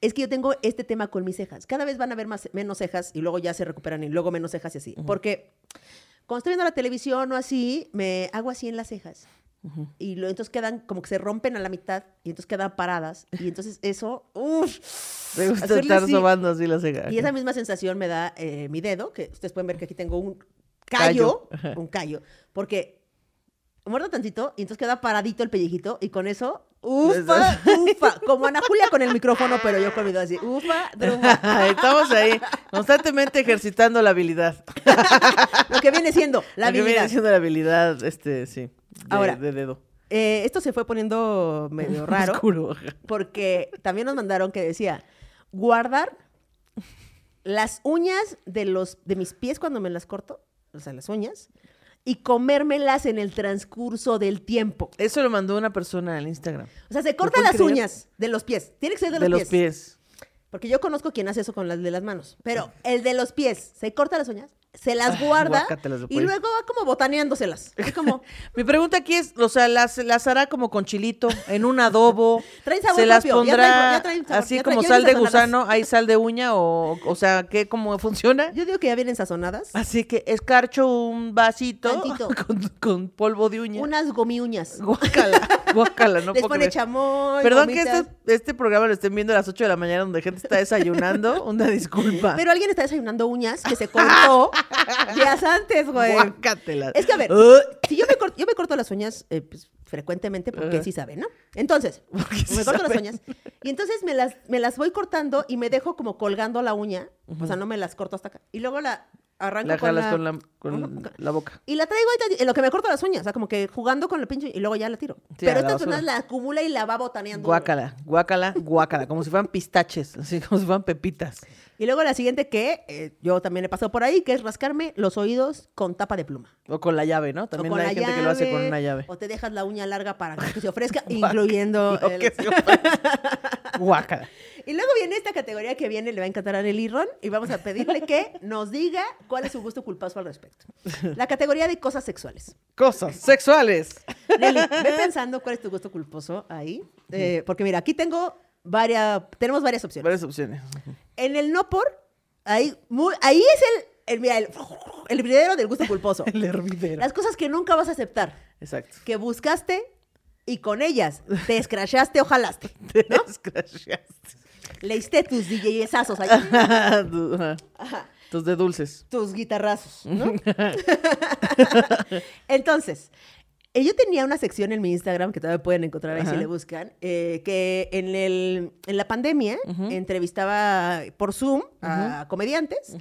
B: es que yo tengo este tema con mis cejas. Cada vez van a haber más, menos cejas y luego ya se recuperan y luego menos cejas y así. Porque cuando estoy viendo la televisión o así, me hago así en las cejas. Y lo, entonces quedan como que se rompen a la mitad y entonces quedan paradas. Y entonces eso, uff.
A: Me gusta
B: hacerle
A: estar
B: así.
A: sobando así la ceja.
B: Y esa misma sensación me da eh, mi dedo, que ustedes pueden ver que aquí tengo un
A: Callo.
B: callo,
A: Ajá.
B: un callo, porque muerdo tantito y entonces queda paradito el pellejito y con eso, ufa, ufa, como Ana Julia con el micrófono, pero yo con mi dedo así, ufa, drufa,
A: Estamos ahí, constantemente ejercitando la habilidad.
B: lo que viene siendo la
A: Lo que viene
B: habilidad.
A: siendo la habilidad, este, sí. de-
B: Ahora.
A: De dedo.
B: Eh, esto se fue poniendo medio raro
A: Oscuro.
B: porque también nos mandaron que decía, guardar las uñas de, los, de mis pies cuando me las corto, o sea, las uñas, y comérmelas en el transcurso del tiempo.
A: Eso lo mandó una persona al Instagram.
B: O sea, se cortan
A: puedes
B: las
A: creer?
B: uñas de los pies. Tiene que ser de
A: De,
B: los,
A: los pies.
B: pies. Porque yo conozco quien hace eso con las de las manos. Pero el de los pies, se corta las uñas, se las guarda
A: Ah, guácatelas de
B: y
A: pollo.
B: luego va como botaneándoselas. Es como,
A: Mi pregunta aquí es, o sea, las, las hará como con chilito, en un adobo.
B: Traen sabor
A: se las
B: propio, ya
A: pondrá
B: traen- ya traen sabor,
A: así
B: ya traen-
A: como
B: ya
A: sal de
B: vienen sazonadas.
A: gusano, hay sal de uña o, o sea, ¿qué, cómo funciona?
B: yo digo que ya vienen sazonadas.
A: Así que escarcho un vasito
B: Tantito.
A: con, con polvo de uña.
B: Unas gomiuñas.
A: Guácala, guácala, no
B: Les
A: puedo
B: pone
A: creer.
B: chamoy.
A: Perdón que
B: gomitas.
A: este, este programa lo estén viendo a las 8 de la mañana donde gente está desayunando. Una disculpa.
B: Pero alguien está desayunando uñas que se cortó días antes, güey.
A: Guácatela.
B: Es que a ver,
A: Uh,
B: si yo me corto, yo me corto las uñas eh, pues, frecuentemente porque
A: Ajá.
B: sí saben, ¿no? Entonces,
A: Porque
B: me
A: sí
B: corto las
A: saben.
B: uñas y entonces me las, me las voy cortando y me dejo como colgando la uña, o sea, no me las corto hasta acá. Y luego la arranco
A: la
B: con
A: jalas
B: la...
A: con la, con
B: Ajá.
A: la boca.
B: Y la traigo ahí en lo que me corto las uñas, o sea, como que jugando con el pinche y luego ya la tiro.
A: Sí, a
B: Pero
A: la
B: estas
A: basura.
B: uñas la acumula y la va botaneando. güey.
A: Guácala, guácala, guácala. Como si fueran pistaches, así como si fueran pepitas.
B: Y luego la siguiente que eh, yo también he pasado por ahí, que es rascarme los oídos con tapa de pluma.
A: O con la llave, ¿no?
B: O
A: También
B: con
A: hay
B: la
A: gente que lo hace con una llave.
B: O te dejas la uña larga para que se ofrezca, incluyendo.
A: Lo
B: el-
A: que se ofrece. Guácala.
B: Y luego viene esta categoría que viene, le va a encantar a Nelly Ron, y vamos a pedirle que nos diga cuál es su gusto culposo al respecto. La categoría de cosas sexuales.
A: Cosas sexuales.
B: Nelly, ve pensando cuál es tu gusto culposo ahí. eh, porque mira, aquí tengo varias, tenemos varias opciones.
A: Varias opciones.
B: En el no por, ahí, mu- ahí es el, el, mira, el, el hervidero del gusto culposo.
A: El hervidero.
B: Las cosas que nunca vas a aceptar,
A: Exacto.
B: que buscaste y con ellas te escrachaste o jalaste.
A: Te
B: ¿no?
A: desgraciaste.
B: Leíste tus DJesazos ahí,
A: Ajá. Tus de dulces.
B: tus guitarrazos, ¿no? Entonces, eh, yo tenía una sección en mi Instagram que todavía pueden encontrar ahí si
A: Ajá.
B: le buscan, eh, que en, el, en la pandemia entrevistaba por Zoom a comediantes,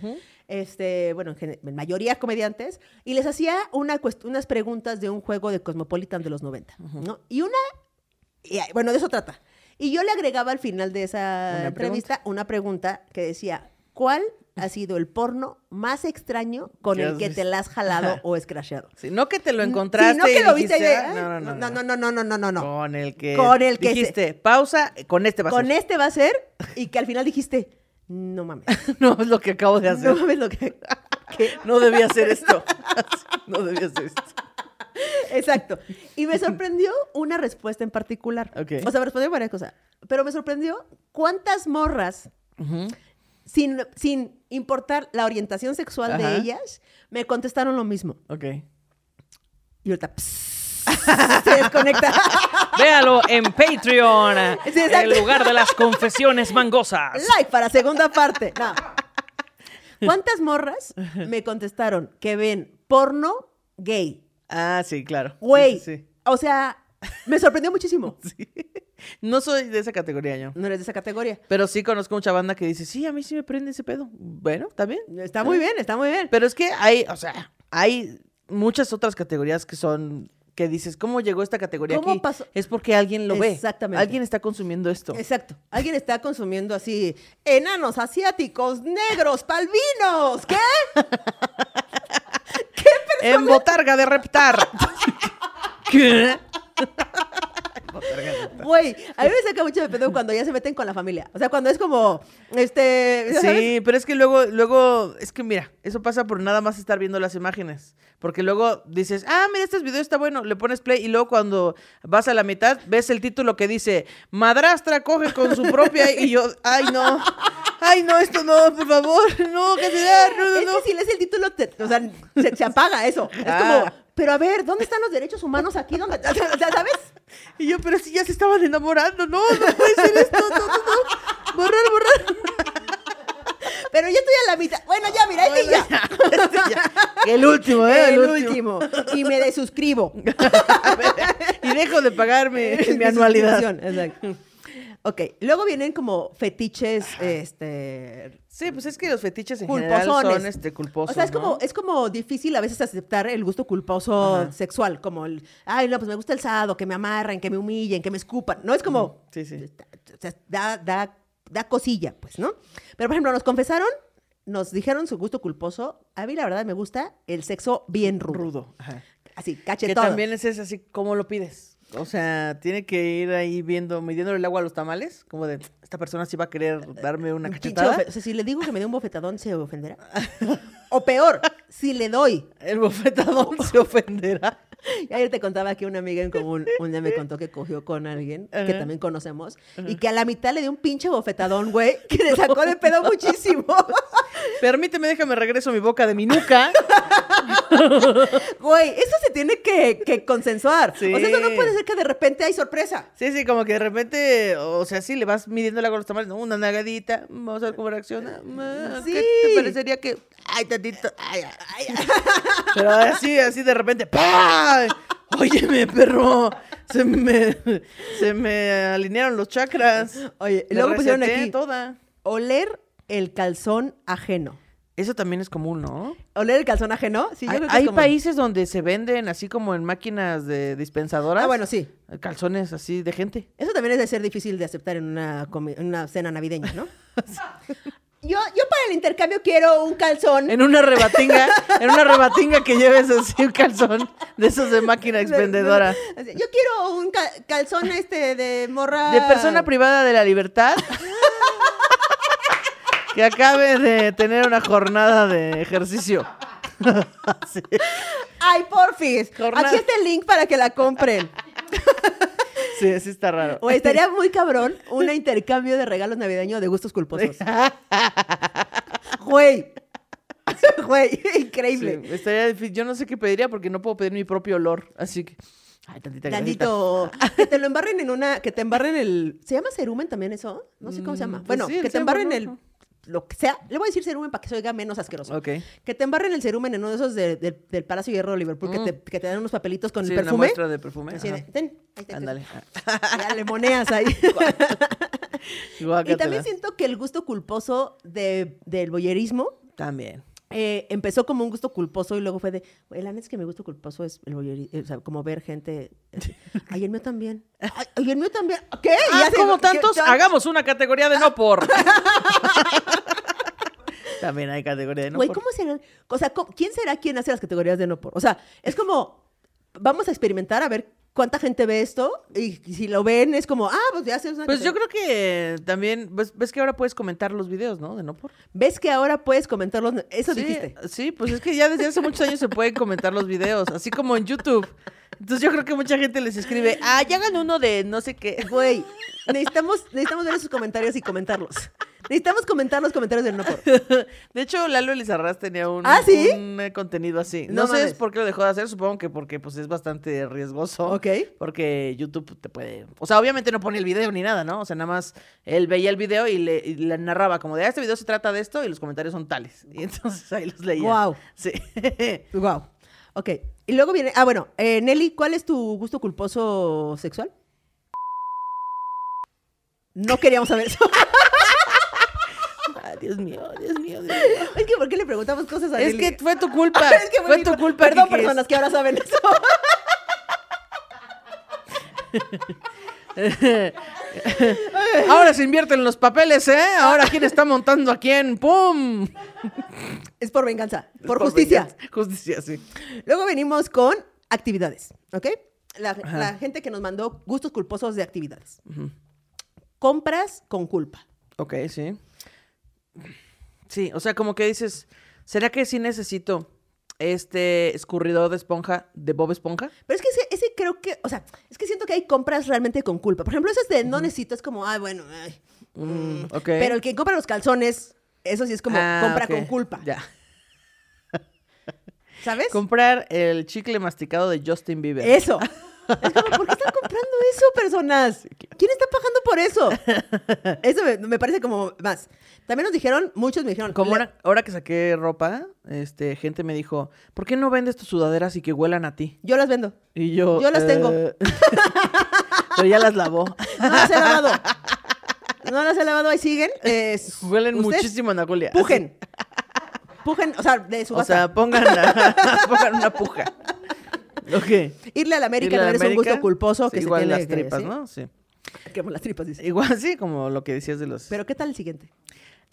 B: este, bueno, en, gen- en mayoría comediantes, y les hacía una cuest- unas preguntas de un juego de Cosmopolitan de los 90, ¿no? Y una, y, ah, bueno, de eso trata. Y yo le agregaba al final de esa
A: Una
B: entrevista una pregunta que decía, ¿cuál ha sido el porno más extraño con
A: ¿Qué
B: el
A: has
B: que te
A: visto?
B: la has jalado o escrachado?
A: Sí, no que te lo encontraste.
B: Sí, no
A: y
B: que lo viste
A: dijiste,
B: ahí de,
A: "Ah,
B: "Ay, no, no, no, no, no, no, no, no, no".
A: Con el que.
B: Con el que se-
A: Dijiste, pausa, con este va a
B: Con
A: ser".
B: este va a ser y que al final dijiste, no mames,
A: No es lo que acabo de hacer.
B: no
A: No,
B: mames lo que... que-
A: debía hacer esto. no debía hacer esto.
B: Exacto. Y me sorprendió una respuesta en particular.
A: Ok.
B: O sea, me respondió varias cosas, pero me sorprendió cuántas morras sin, sin importar la orientación sexual
A: Ajá.
B: de ellas, me contestaron lo mismo.
A: Ok.
B: Y ahorita pss, se desconecta.
D: Véalo en Patreon,
B: Sí, exacto.
D: el lugar de las confesiones mangosas.
B: like para segunda parte. No. ¿Cuántas morras me contestaron que ven porno gay?
A: Ah, sí, claro. Sí,
B: Güey.
A: sí, sí.
B: O sea, me sorprendió muchísimo.
A: No soy de esa categoría yo.
B: No eres de esa categoría.
A: Pero sí conozco mucha banda que dice, sí, a mí sí me prende ese pedo. Bueno, está bien.
B: Está muy bien, está muy bien.
A: Pero es que hay, o sea, hay muchas otras categorías que son que dices, ¿cómo llegó esta categoría
B: ¿Cómo
A: aquí?
B: pasó?
A: Es porque alguien lo ve.
B: Exactamente.
A: Alguien está consumiendo esto.
B: Exacto. Alguien está consumiendo así enanos, asiáticos, negros, palvinos. ¿Qué?
A: En botarga de reptar. ¿Qué?
B: Güey, a mí me saca mucho de pedo cuando ya se meten con la familia. O sea, cuando es como, este, ¿ya sabes?
A: Sí, pero es que luego, luego, es que mira, eso pasa por nada más estar viendo las imágenes. Porque luego dices, ah, mira, este video está bueno, le pones play y luego cuando vas a la mitad, ves el título que dice, madrastra coge con su propia y yo, ay no, ay no, esto no, por favor, no, que se da, no, no,
B: Es
A: no.
B: que si lees el título, te- o sea, se, se apaga eso. Es
A: Ah.
B: como, pero a ver, ¿dónde están los derechos humanos aquí? ¿Dónde, o sea, ¿Sabes?
A: Y yo, pero si ya se estaban enamorando, no, no puede ser esto, no, no, no, borrar, borrar.
B: Pero yo estoy a la mitad. Bueno, ya, mira, este
A: Bueno,
B: ya.
A: El último, ¿eh?
B: el, último. Y me desuscribo.
A: Y dejo de pagarme mi anualidad.
B: suscripción, Exacto. Ok, luego vienen como fetiches, este...
A: Sí, pues es que los fetiches en general
B: Culposones.
A: son este, culposos.
B: o sea, es,
A: ¿no?
B: como, es como difícil a veces aceptar el gusto culposo
A: Ajá.
B: sexual, como el, ay, no, pues me gusta el sado, que me amarren, que me humillen, que me escupan. No es como,
A: Sí, sí.
B: o sea, da, da, da cosilla, pues, ¿no? Pero, por ejemplo, nos confesaron, nos dijeron su gusto culposo. A mí, la verdad, me gusta el sexo bien rudo.
A: Rudo. Ajá.
B: Así,
A: Que
B: cachetón.
A: también es ese así, ¿cómo lo pides? O sea, tiene que ir ahí viendo, midiéndole el agua a los tamales, como de, esta persona sí va a querer darme una cachetada.
B: O sea, si le digo que me dé un bofetadón, ¿se ofenderá? o peor, si le doy.
A: El bofetadón se ofenderá.
B: Y ayer te contaba que una amiga en común un día me contó que cogió con alguien que
A: Ajá.
B: también conocemos y que a la mitad le dio un pinche bofetadón, güey, que le sacó de pedo muchísimo.
A: Permíteme, déjame regreso mi boca de mi nuca.
B: Güey, eso se tiene que, que consensuar.
A: Sí.
B: O sea, eso no puede ser que de repente hay sorpresa.
A: Sí, sí, como que de repente, o sea, sí, le vas midiendo el agua a los tamales, ¿no? Una nagadita, mm, vamos a ver cómo reacciona. Mm, ah, ¿Qué
B: Sí.
A: te parecería que, ay, tantito, ay, ay, ay. Pero así, así de repente, ¡pah! Óyeme, perro, se me, se me alinearon los chakras.
B: Oye,
A: Me
B: luego pusieron
A: reseteé
B: aquí-
A: toda.
B: Oler el calzón ajeno.
A: Eso también es común, ¿no?
B: ¿Oler el calzón ajeno? Sí, yo
A: hay
B: creo que es
A: hay
B: común.
A: países donde se venden así como en máquinas de dispensadoras.
B: Ah, bueno, sí.
A: Calzones así de gente.
B: Eso también es de ser difícil de aceptar en una, comi- en una cena navideña, ¿no? Yo, yo para el intercambio quiero un calzón.
A: En una rebatinga, en una rebatinga que lleves así un calzón de esos de máquina expendedora.
B: Así, Yo quiero un ca- calzón este de morra.
A: De persona privada de la libertad. Que acabe de tener una jornada de ejercicio. Sí.
B: Ay, porfis.
A: Jornada.
B: Aquí está el link para que la compren.
A: Sí, sí está raro.
B: O estaría muy cabrón un intercambio de regalos navideños de gustos culposos. Güey. Güey, increíble.
A: Sí, estaría difícil. Yo no sé qué pediría porque no puedo pedir mi propio olor. Así que. Ay, tantita grasita.
B: Tantito, que te lo embarren en una, que te embarren el, ¿se llama cerumen también eso? No sé cómo se llama.
A: pues
B: bueno,
A: sí, el
B: que te
A: sebo,
B: embarren
A: ¿no?
B: el, lo que sea, le voy a decir cerumen para que se oiga menos asqueroso.
A: Ok.
B: Que te embarren el cerumen en uno de esos de- de- del Palacio de Hierro de Liverpool, que, te, que te dan unos papelitos con
A: Mm. Sí,
B: el
A: una
B: perfume.
A: muestra de perfume.
B: Así de,
A: ajá.
B: ten, ahí está.
A: Ándale.
B: Ya le moneas ahí. y
A: Guácatela.
B: también siento que el gusto culposo de- del boyerismo
A: También.
B: eh, empezó como un gusto culposo y luego fue de, "Güey, la neta es que mi gusto culposo es el voyeur- eh, o sea, como ver gente. eh, Ay, el mío también. Ay, ay, el mío también. ¿Qué? Y
A: Ah,
B: hace-
A: como
B: que-
A: tantos,
B: que-
A: hagamos una categoría de no por. También hay categoría de no
B: Güey,
A: por.
B: ¿cómo será? O sea, ¿cómo- ¿quién será quien hace las categorías de no por? O sea, es como, vamos a experimentar a ver cuánta gente ve esto y, y si lo ven es como, ah, pues ya haces una
A: Pues yo
B: categoría.
A: creo que también, ves, ves que ahora puedes comentar los videos, ¿no? De no por.
B: ¿Ves que ahora puedes comentarlos? Eso
A: sí,
B: dijiste.
A: Sí, pues es que ya desde hace muchos años se pueden comentar los videos, así como en YouTube. Entonces yo creo que mucha gente les escribe, ah, ya hagan uno de no sé qué.
B: Güey, necesitamos, necesitamos ver sus comentarios y comentarlos. Necesitamos comentar los comentarios del no por.
A: De hecho, Lalo Elizarraz tenía un,
B: ¿Ah, sí?
A: un, eh, contenido así.
B: No
A: No, sé
B: mames.
A: por qué lo dejó de hacer, supongo que porque pues es bastante riesgoso.
B: Ok.
A: Porque YouTube te puede... O sea, obviamente no pone el video ni nada, ¿no? O sea, nada más él veía el video y le, y le narraba como de, ah, este video se trata de esto y los comentarios son tales. Y entonces ahí los leía.
B: Guau.
A: Sí.
B: Wow. Ok. Y luego viene, ah, bueno, eh, Nelly, ¿cuál es tu gusto culposo sexual? No queríamos saber eso.
A: Ah, Dios mío, Dios mío, Dios mío.
B: es que, ¿por qué le preguntamos cosas a
A: Es
B: Nelly?
A: que fue tu culpa.
B: Es que
A: fue
B: mi
A: tu
B: culpa.
A: culpa.
B: Perdón,
A: Kikis.
B: personas que ahora saben eso.
A: Ahora se invierten los papeles, ¿eh? Ahora quién está montando a quién. ¡Pum!
B: Es por venganza, por, justicia.
A: venganza. Justicia, sí.
B: Luego venimos con actividades, ¿ok? La,
A: Ajá.
B: la gente que nos mandó gustos culposos de actividades. Compras con culpa.
A: Ok, sí. Sí, o sea, como que dices, ¿será que sí necesito este escurridor de esponja de Bob Esponja?
B: Pero es que ese, ese creo que, o sea, es que siento que hay compras realmente con culpa. Por ejemplo, esas de no necesito es como, ah, bueno, ay.
A: Mm, ok.
B: Pero el que compra los calzones, eso sí es como
A: Ah,
B: compra
A: ok,
B: con culpa.
A: Ya.
B: ¿Sabes?
A: Comprar el chicle masticado de Justin Bieber.
B: Eso. Es como, ¿por qué están comprando eso, personas? ¿Quién está pagando por eso? Eso me, me parece como más. También nos dijeron, muchos me dijeron,
A: Como
B: le-
A: ahora, ahora que saqué ropa, este, gente me dijo, ¿por qué no vendes tus sudaderas y que huelan a ti?
B: yo las vendo.
A: Y yo.
B: Yo las tengo.
A: eh, Pero ya las lavó.
B: No las he lavado. No las he lavado, ahí siguen. Eh,
A: Huelen
B: ustedes
A: muchísimo, Ana Julia.
B: Pujen. Pujen, o sea, de
A: O
B: subasta.
A: sea, pongan, pongan una puja. Ok.
B: Irle a la América no
A: Isla de
B: es un gusto
A: América,
B: culposo
A: sí,
B: que
A: igual
B: se tiene
A: las
B: que-
A: tripas,
B: ¿sí?
A: ¿no? Sí.
B: Quemo las tripas, dice.
A: Igual sí, como lo que decías de los...
B: Pero ¿qué tal el siguiente?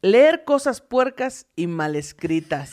A: Leer cosas puercas y mal escritas.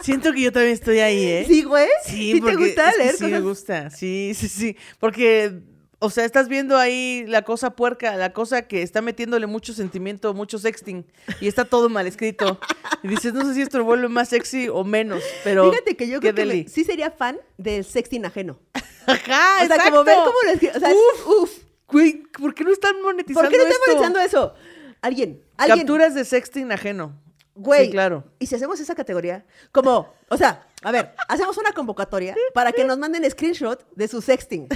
A: Siento que yo también estoy ahí, ¿eh?
B: Sí, güey.
A: Sí,
B: ¿Sí
A: porque
B: te gusta
A: es que
B: leer
A: sí
B: cosas?
A: me gusta. Sí, sí, sí. Porque, o sea, estás viendo ahí la cosa puerca, la cosa que está metiéndole mucho sentimiento, mucho sexting, y está todo mal escrito. Y dices, no sé si esto lo vuelve más sexy o menos, pero...
B: Fíjate que yo
A: qué
B: creo que me-
A: deli.
B: sí sería fan del sexting ajeno.
A: Ajá,
B: o sea, como
A: Ah, exacto.
B: ver cómo lo escribe. O sea, uf, uf.
A: Güey, ¿por qué no están monetizando
B: ¿Por qué no están
A: esto?
B: monetizando eso? Alguien, alguien.
A: Capturas de sexting ajeno.
B: Güey.
A: Sí, claro.
B: Y si hacemos esa categoría, como, o sea, a ver, hacemos una convocatoria para que nos manden screenshot de su sexting.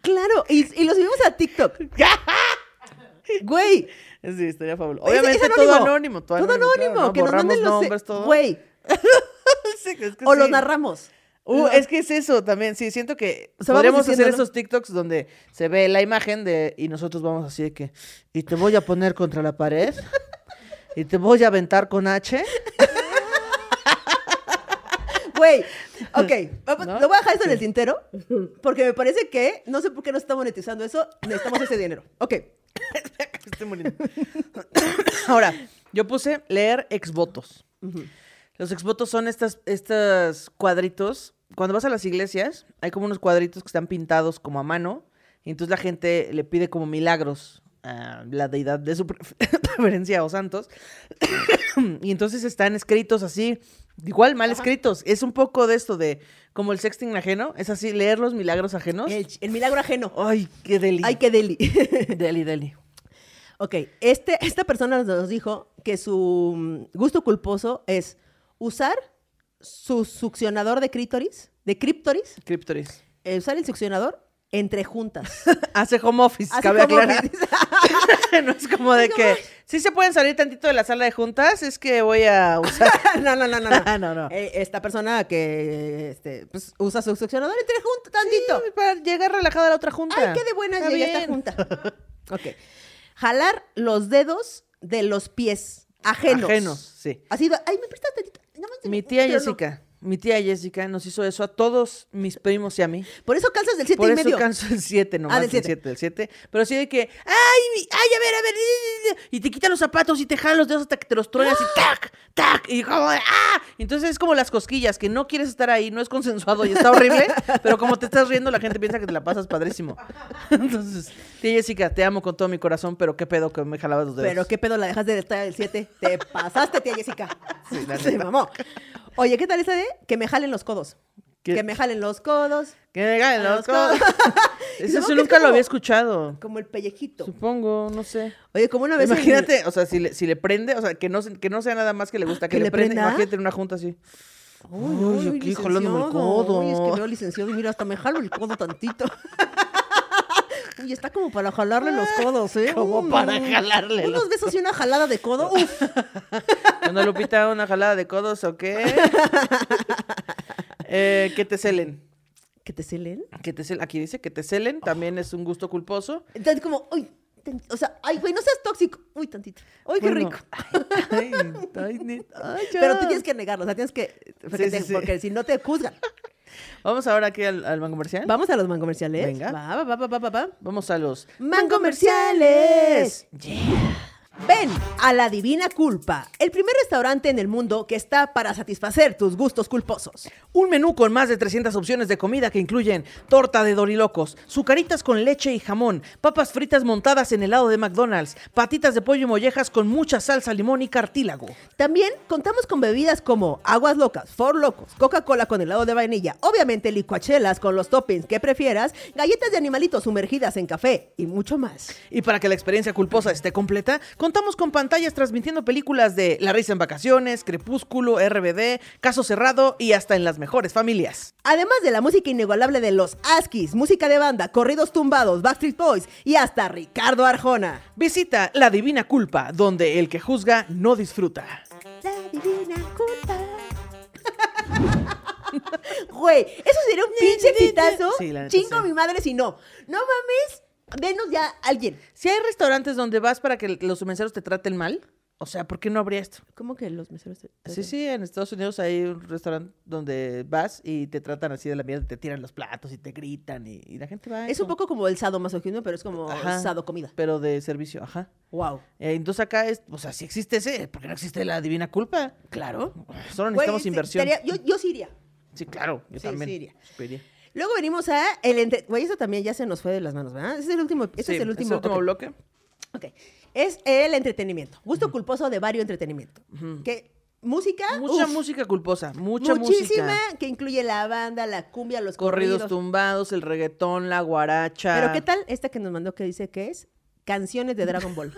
B: Claro, y, y lo subimos a TikTok. Güey.
A: Sí, estaría fabuloso.
B: es- es
A: Obviamente todo anónimo. Todo, anónimo,
B: anónimo,
A: claro, ¿no?
B: que nos
A: Borramos
B: manden los se-
A: nombres, todo.
B: Güey,
A: Sí, es que
B: o los
A: sí.
B: narramos.
A: Uh,
B: Lo-
A: es que es eso también. Sí, siento que
B: O sea, vamos
A: podríamos hacer
B: diciendo, ¿no?
A: esos TikToks donde se ve la imagen de y nosotros vamos así de que y te voy a poner contra la pared y te voy a aventar con H.
B: Güey, ok, vamos-
A: ¿No?
B: lo voy a dejar esto en el tintero, porque me parece que, no sé por qué no se está monetizando eso, necesitamos ese dinero. Ok,
A: Estoy muriendo. Ahora, yo puse leer exvotos. Los exvotos son estas, estas cuadritos. Cuando vas a las iglesias, hay como unos cuadritos que están pintados como a mano. Y entonces la gente le pide como milagros a la deidad de su pre- preferencia o santos. y entonces están escritos así, igual mal escritos. Es un poco de esto de como el sexting ajeno. Es así, leer los milagros ajenos.
B: el, el milagro ajeno.
A: Ay, qué deli.
B: Ay, qué deli.
A: Deli, deli.
B: Ok, este, esta persona nos dijo que su mm, gusto culposo es usar su succionador de crítoris, de críptoris,
A: Cryptoris.
B: eh, usar el succionador entre juntas.
A: Hace home office,
B: Así
A: cabe
B: como
A: aclarar.
B: dice.
A: no es como de
B: Así
A: que. Sí se pueden salir tantito de la sala de juntas, es que voy a usar.
B: no, no, no, no. no.
A: no, no.
B: Eh, esta persona que este, pues, usa su succionador entre juntas, tantito.
A: Sí, para llegar relajada a la otra junta.
B: Ay, qué de buenas
A: Está
B: llega
A: bien.
B: esta junta. Ok. Jalar los dedos de los pies ajenos.
A: Ajenos, sí.
B: Así, va- ay, me prestas tantito. Nada más-
A: Mi tía
B: pero no.
A: Jessica, mi tía Jessica nos hizo eso a todos mis primos y a mí.
B: Por eso calzas del 7
A: Por
B: y
A: eso
B: medio.
A: canso el 7 nomás,
B: Ah, del
A: el
B: siete.
A: 7, el 7. Pero sí de que, ay, mi- ay, a ver, a ver, eh, eh, eh", y te quita los zapatos y te jala los dedos hasta que te los truenas
B: ¡Ah!
A: y tac, tac, y como, de, ah. Entonces es como las cosquillas, que no quieres estar ahí, no es consensuado y está horrible, pero como te estás riendo, la gente piensa que te la pasas padrísimo. Entonces, tía Jessica, te amo con todo mi corazón, pero qué pedo que me jalabas los dedos.
B: Pero qué pedo, la dejas de estar del 7. Te pasaste, tía Jessica.
A: Sí, la
B: Se
A: neta.
B: mamó. Oye, ¿qué tal esa de que me jalen los codos?
A: ¿Qué?
B: Que me jalen los codos,
A: Que me jalen los
B: Los codos.
A: codos.
B: Y
A: Eso
B: supongo
A: sí
B: que es
A: nunca lo
B: como-
A: había escuchado.
B: como el pellejito.
A: Supongo, no sé.
B: Oye, como una vez. en-
A: imagínate, o sea, si le, si le prende, o sea, que no, se- que no sea nada más que le gusta, que,
B: ¿Que
A: le,
B: le
A: prende,
B: prenda?
A: imagínate en una junta así.
B: Uy,
A: Uy,
B: uy,
A: aquí jalándome el
B: licenciado.
A: codo.
B: Uy, es que veo licenciado y mira, hasta me jalo el codo tantito. Uy, está como para jalarle los codos, ¿eh?
A: Ah, Como
B: Mm.
A: para jalarle
B: Unos
A: los
B: besos y una jalada de codo. Uf.
A: Cuando Lupita, una jalada de codos o qué. Eh, que te celen.
B: ¿Que te celen?
A: Que te celen. Aquí dice que te celen, también es un gusto culposo.
B: Entonces, como, uy, tan- o sea, ay, güey, no seas tóxico. Uy, tantito. Uy, qué
A: Bueno,
B: rico.
A: ay, ay, ni- ay, Pues ya.
B: Pero tú tienes que negarlo, o sea, tienes que. Porque,
A: Sí,
B: te-
A: sí, sí.
B: porque si no te juzgan.
A: Vamos ahora aquí al, al man comercial.
B: Vamos a los mancomerciales.
A: Venga.
B: Va, va, va, va, va, va, va.
A: Vamos a los
B: Mancomerciales.
A: Yeah.
B: Ven a la Divina Culpa, el primer restaurante en el mundo que está para satisfacer tus gustos culposos.
A: Un menú con más de 300 opciones de comida que incluyen torta de dorilocos, sucaritas con leche y jamón, papas fritas montadas en helado de McDonald's, patitas de pollo y mollejas con mucha salsa, limón y cartílago.
B: También contamos con bebidas como aguas locas, for locos, Coca-Cola con helado de vainilla, obviamente licuachelas con los toppings que prefieras, galletas de animalitos sumergidas en café y mucho más.
A: Y para que la experiencia culposa esté completa, contamos con pantallas transmitiendo películas de La risa en vacaciones, Crepúsculo, RBD, Caso Cerrado y hasta en las mejores familias.
B: Además de la música inigualable de los Askis, música de banda, corridos tumbados, Backstreet Boys y hasta Ricardo Arjona.
A: Visita La Divina Culpa, donde el que juzga no disfruta.
B: La divina culpa. Güey, eso sería un pinche pitazo.
A: Sí, la neta,
B: Chingo
A: sí.
B: mi madre si no. No mames, denos ya a alguien.
A: Si hay restaurantes donde vas para que los mensajeros te traten mal, o sea, ¿por qué no habría esto?
B: ¿Cómo que los meseros?
A: Sí, sí, en Estados Unidos hay un restaurante donde vas y te tratan así de la mierda, te tiran los platos y te gritan y, y la gente va. a
B: Es
A: eso.
B: un poco como el sadomasoquismo, pero es como
A: Ajá.
B: sado comida.
A: Pero de servicio, ajá.
B: Wow.
A: Eh, entonces acá es, o sea, si existe ese, porque no existe la divina culpa. Claro. Solo
B: Güey,
A: necesitamos
B: sí,
A: inversión.
B: estaría- yo, yo sí iría.
A: Sí, claro, yo
B: Sí,
A: también. pues,
B: sí iría.
A: iría.
B: Luego venimos a el entre... Güey, eso también ya se nos fue de las manos, ¿verdad? Ese es el último, ese
A: Sí,
B: es el último, ok.
A: bloque.
B: Ok. Es el entretenimiento. Gusto culposo de vario entretenimiento. Que música.
A: Mucha
B: Ah, uf,
A: música culposa, mucha
B: Muchísima
A: música.
B: que incluye la banda, la cumbia, los
A: Corridos,
B: corridos.
A: tumbados, el reggaetón, la guaracha.
B: Pero ¿qué tal esta que nos mandó que dice que es canciones de Dragon Ball?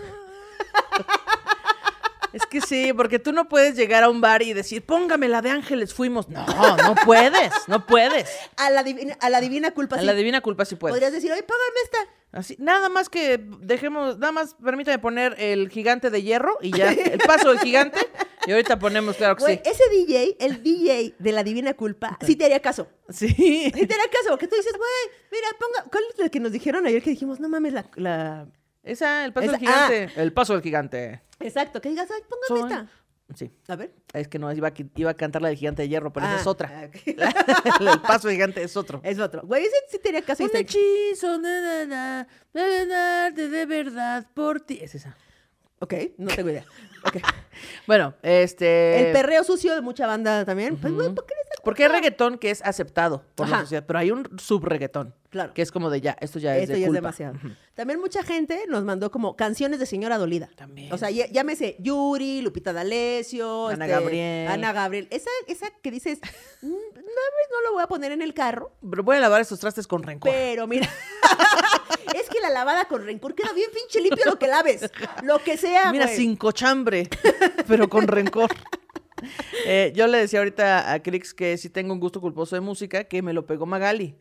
A: Es que sí, porque tú no puedes llegar a un bar y decir, póngame la de Ángeles, fuimos. No, no puedes, no puedes.
B: a, la divina, a la divina culpa.
A: A
B: sí.
A: la divina culpa Pues sí puedes.
B: Podrías decir, oye, págame esta.
A: Así, nada más que dejemos, nada más permítame poner el gigante de hierro y ya, el paso del gigante. Y ahorita ponemos, claro que
B: Güey, ese DJ, el DJ de la divina culpa, sí te haría caso.
A: sí. Sí.
B: Sí te haría caso, porque tú dices, güey, mira, ponga. ¿Cuál es la que nos dijeron ayer que dijimos, no mames, la. la-
A: Esa, el paso
B: Esa-
A: del gigante. El paso del gigante.
B: Exacto, que digas, ay,
A: Soy-
B: póngame esta.
A: Sí.
B: A ver.
A: Es que no, iba a, qui- iba a cantar la del gigante de hierro, pero
B: Ah,
A: esa es otra.
B: ah, ok.
A: el paso del gigante es otro.
B: Es otro. Güey, ese sí te haría caso. y
A: Un
B: estaría-
A: hechizo, na, na, na, de ganarte de verdad por ti. Es esa.
B: Ok, no tengo idea.
A: Eh,
B: Ok.
A: Bueno, este.
B: El perreo sucio de mucha banda también. Pues, güey, ¿por qué eres
A: Porque hay reggaetón que es aceptado por la
B: Ajá.
A: sociedad, pero hay un subreggaetón.
B: Claro.
A: Que es como de ya, esto ya es
B: Esto
A: de
B: ya
A: culpa.
B: es demasiado. También mucha gente nos mandó como canciones de señora dolida.
A: También.
B: O sea, ya- llámese Yuri, Lupita D'Alessio.
A: Ana
B: este,
A: Gabriel.
B: Ana Gabriel. Esa, esa que dices, "Mm, no, pues, no lo voy a poner en el carro,
A: Pero voy a lavar esos trastes con rencor.
B: pero mira. Es que la lavada con rencor queda bien pinche limpio lo que laves. Lo que sea.
A: Mira,
B: güey.
A: sin cochambre, pero con rencor. Eh, yo le decía ahorita a Crix que sí tengo un gusto culposo de música, que me lo pegó Magali.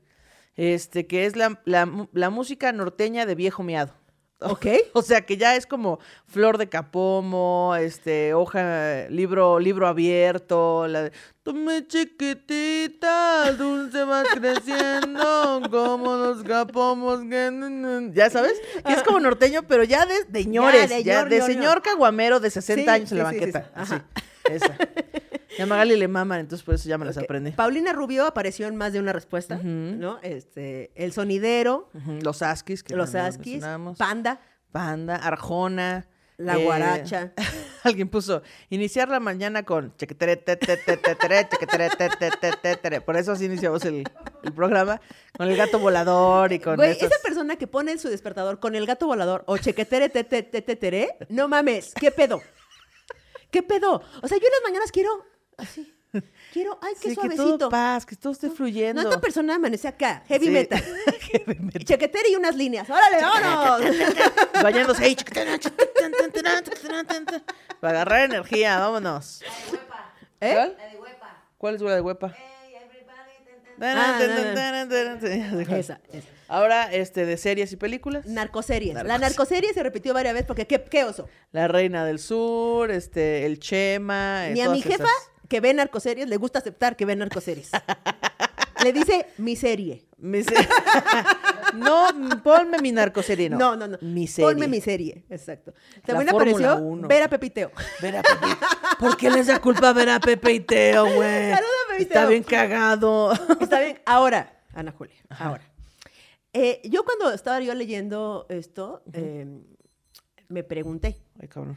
A: Este, que es la, la mu- la música norteña de viejo miado.
B: Ok.
A: O sea que ya es como flor de capomo, este, hoja, libro, libro abierto, la de Tú me chiquitita, dulce va creciendo, como los capomos que ya sabes, que es como norteño, pero ya de, de ñores, ya
B: de
A: de,
B: ñor, ñor,
A: señor
B: ñor.
A: caguamero de 60
B: Sí,
A: años en la
B: sí, sí, sí,
A: banqueta.
B: sí.
A: Así,
B: Ajá.
A: esa. Y a Magali le maman, entonces por eso ya me las
B: Ok.
A: aprende.
B: Paulina Rubio apareció en más de una respuesta, ¿no? Este, el sonidero,
A: Ujú, Los Askis, que
B: los
A: también
B: askis,
A: mencionamos.
B: panda,
A: Panda, Arjona.
B: La guaracha.
A: Alguien puso, iniciar la mañana con chequetere, te, te, te, te, tere, chequetere, te, te, te, te, tere. Por eso así iniciamos el, el programa, con el gato volador y con
B: Güey,
A: esas-
B: esa persona que pone en su despertador con el gato volador o chequetere te te te te tere, no mames, ¿qué pedo? ¿Qué pedo? O sea, yo en las mañanas quiero así. Quiero, ay, qué
A: Sí, que todo
B: suavecito.
A: paz, que todo esté
B: no,
A: fluyendo.
B: esta persona amanece acá, heavy
A: Sí.
B: metal.
A: Heavy metal.
B: Chequetere y unas líneas. ¡Órale, vámonos!
A: Bañándose ahí. chequetere, chequetere, chequetere, chequetere, chequetere. Para agarrar energía, vámonos.
B: ¿Eh?
A: ¿Cuál? ¿Cuál es la de huepa?
B: Ah, Esa, esa.
A: Ahora, este, de series y películas.
B: Narcoseries. La narcoserie se repitió varias veces porque qué, qué oso.
A: La Reina del Sur, este, el Chema. eh,
B: Ni a
A: todas
B: mi jefa,
A: esas.
B: que ve narcoseries, le gusta aceptar que ve narcoseries. le dice mi serie.
A: Mi se- no, mm, ponme mi narcoserie, no.
B: No, no, no.
A: Mi serie.
B: Ponme mi serie, exacto. También
A: Fórmula
B: apareció
A: Uno.
B: Vera Pepiteo.
A: Ver a Pepe. ¿Por qué les da culpa ver a Pepe y Teo, güey?
B: Saluda, Pepe y
A: Está
B: Teo.
A: bien cagado.
B: Está bien. Ahora, Ana Julia, ahora. Eh, yo cuando estaba yo leyendo esto, eh, me pregunté,
A: Ay, cabrón.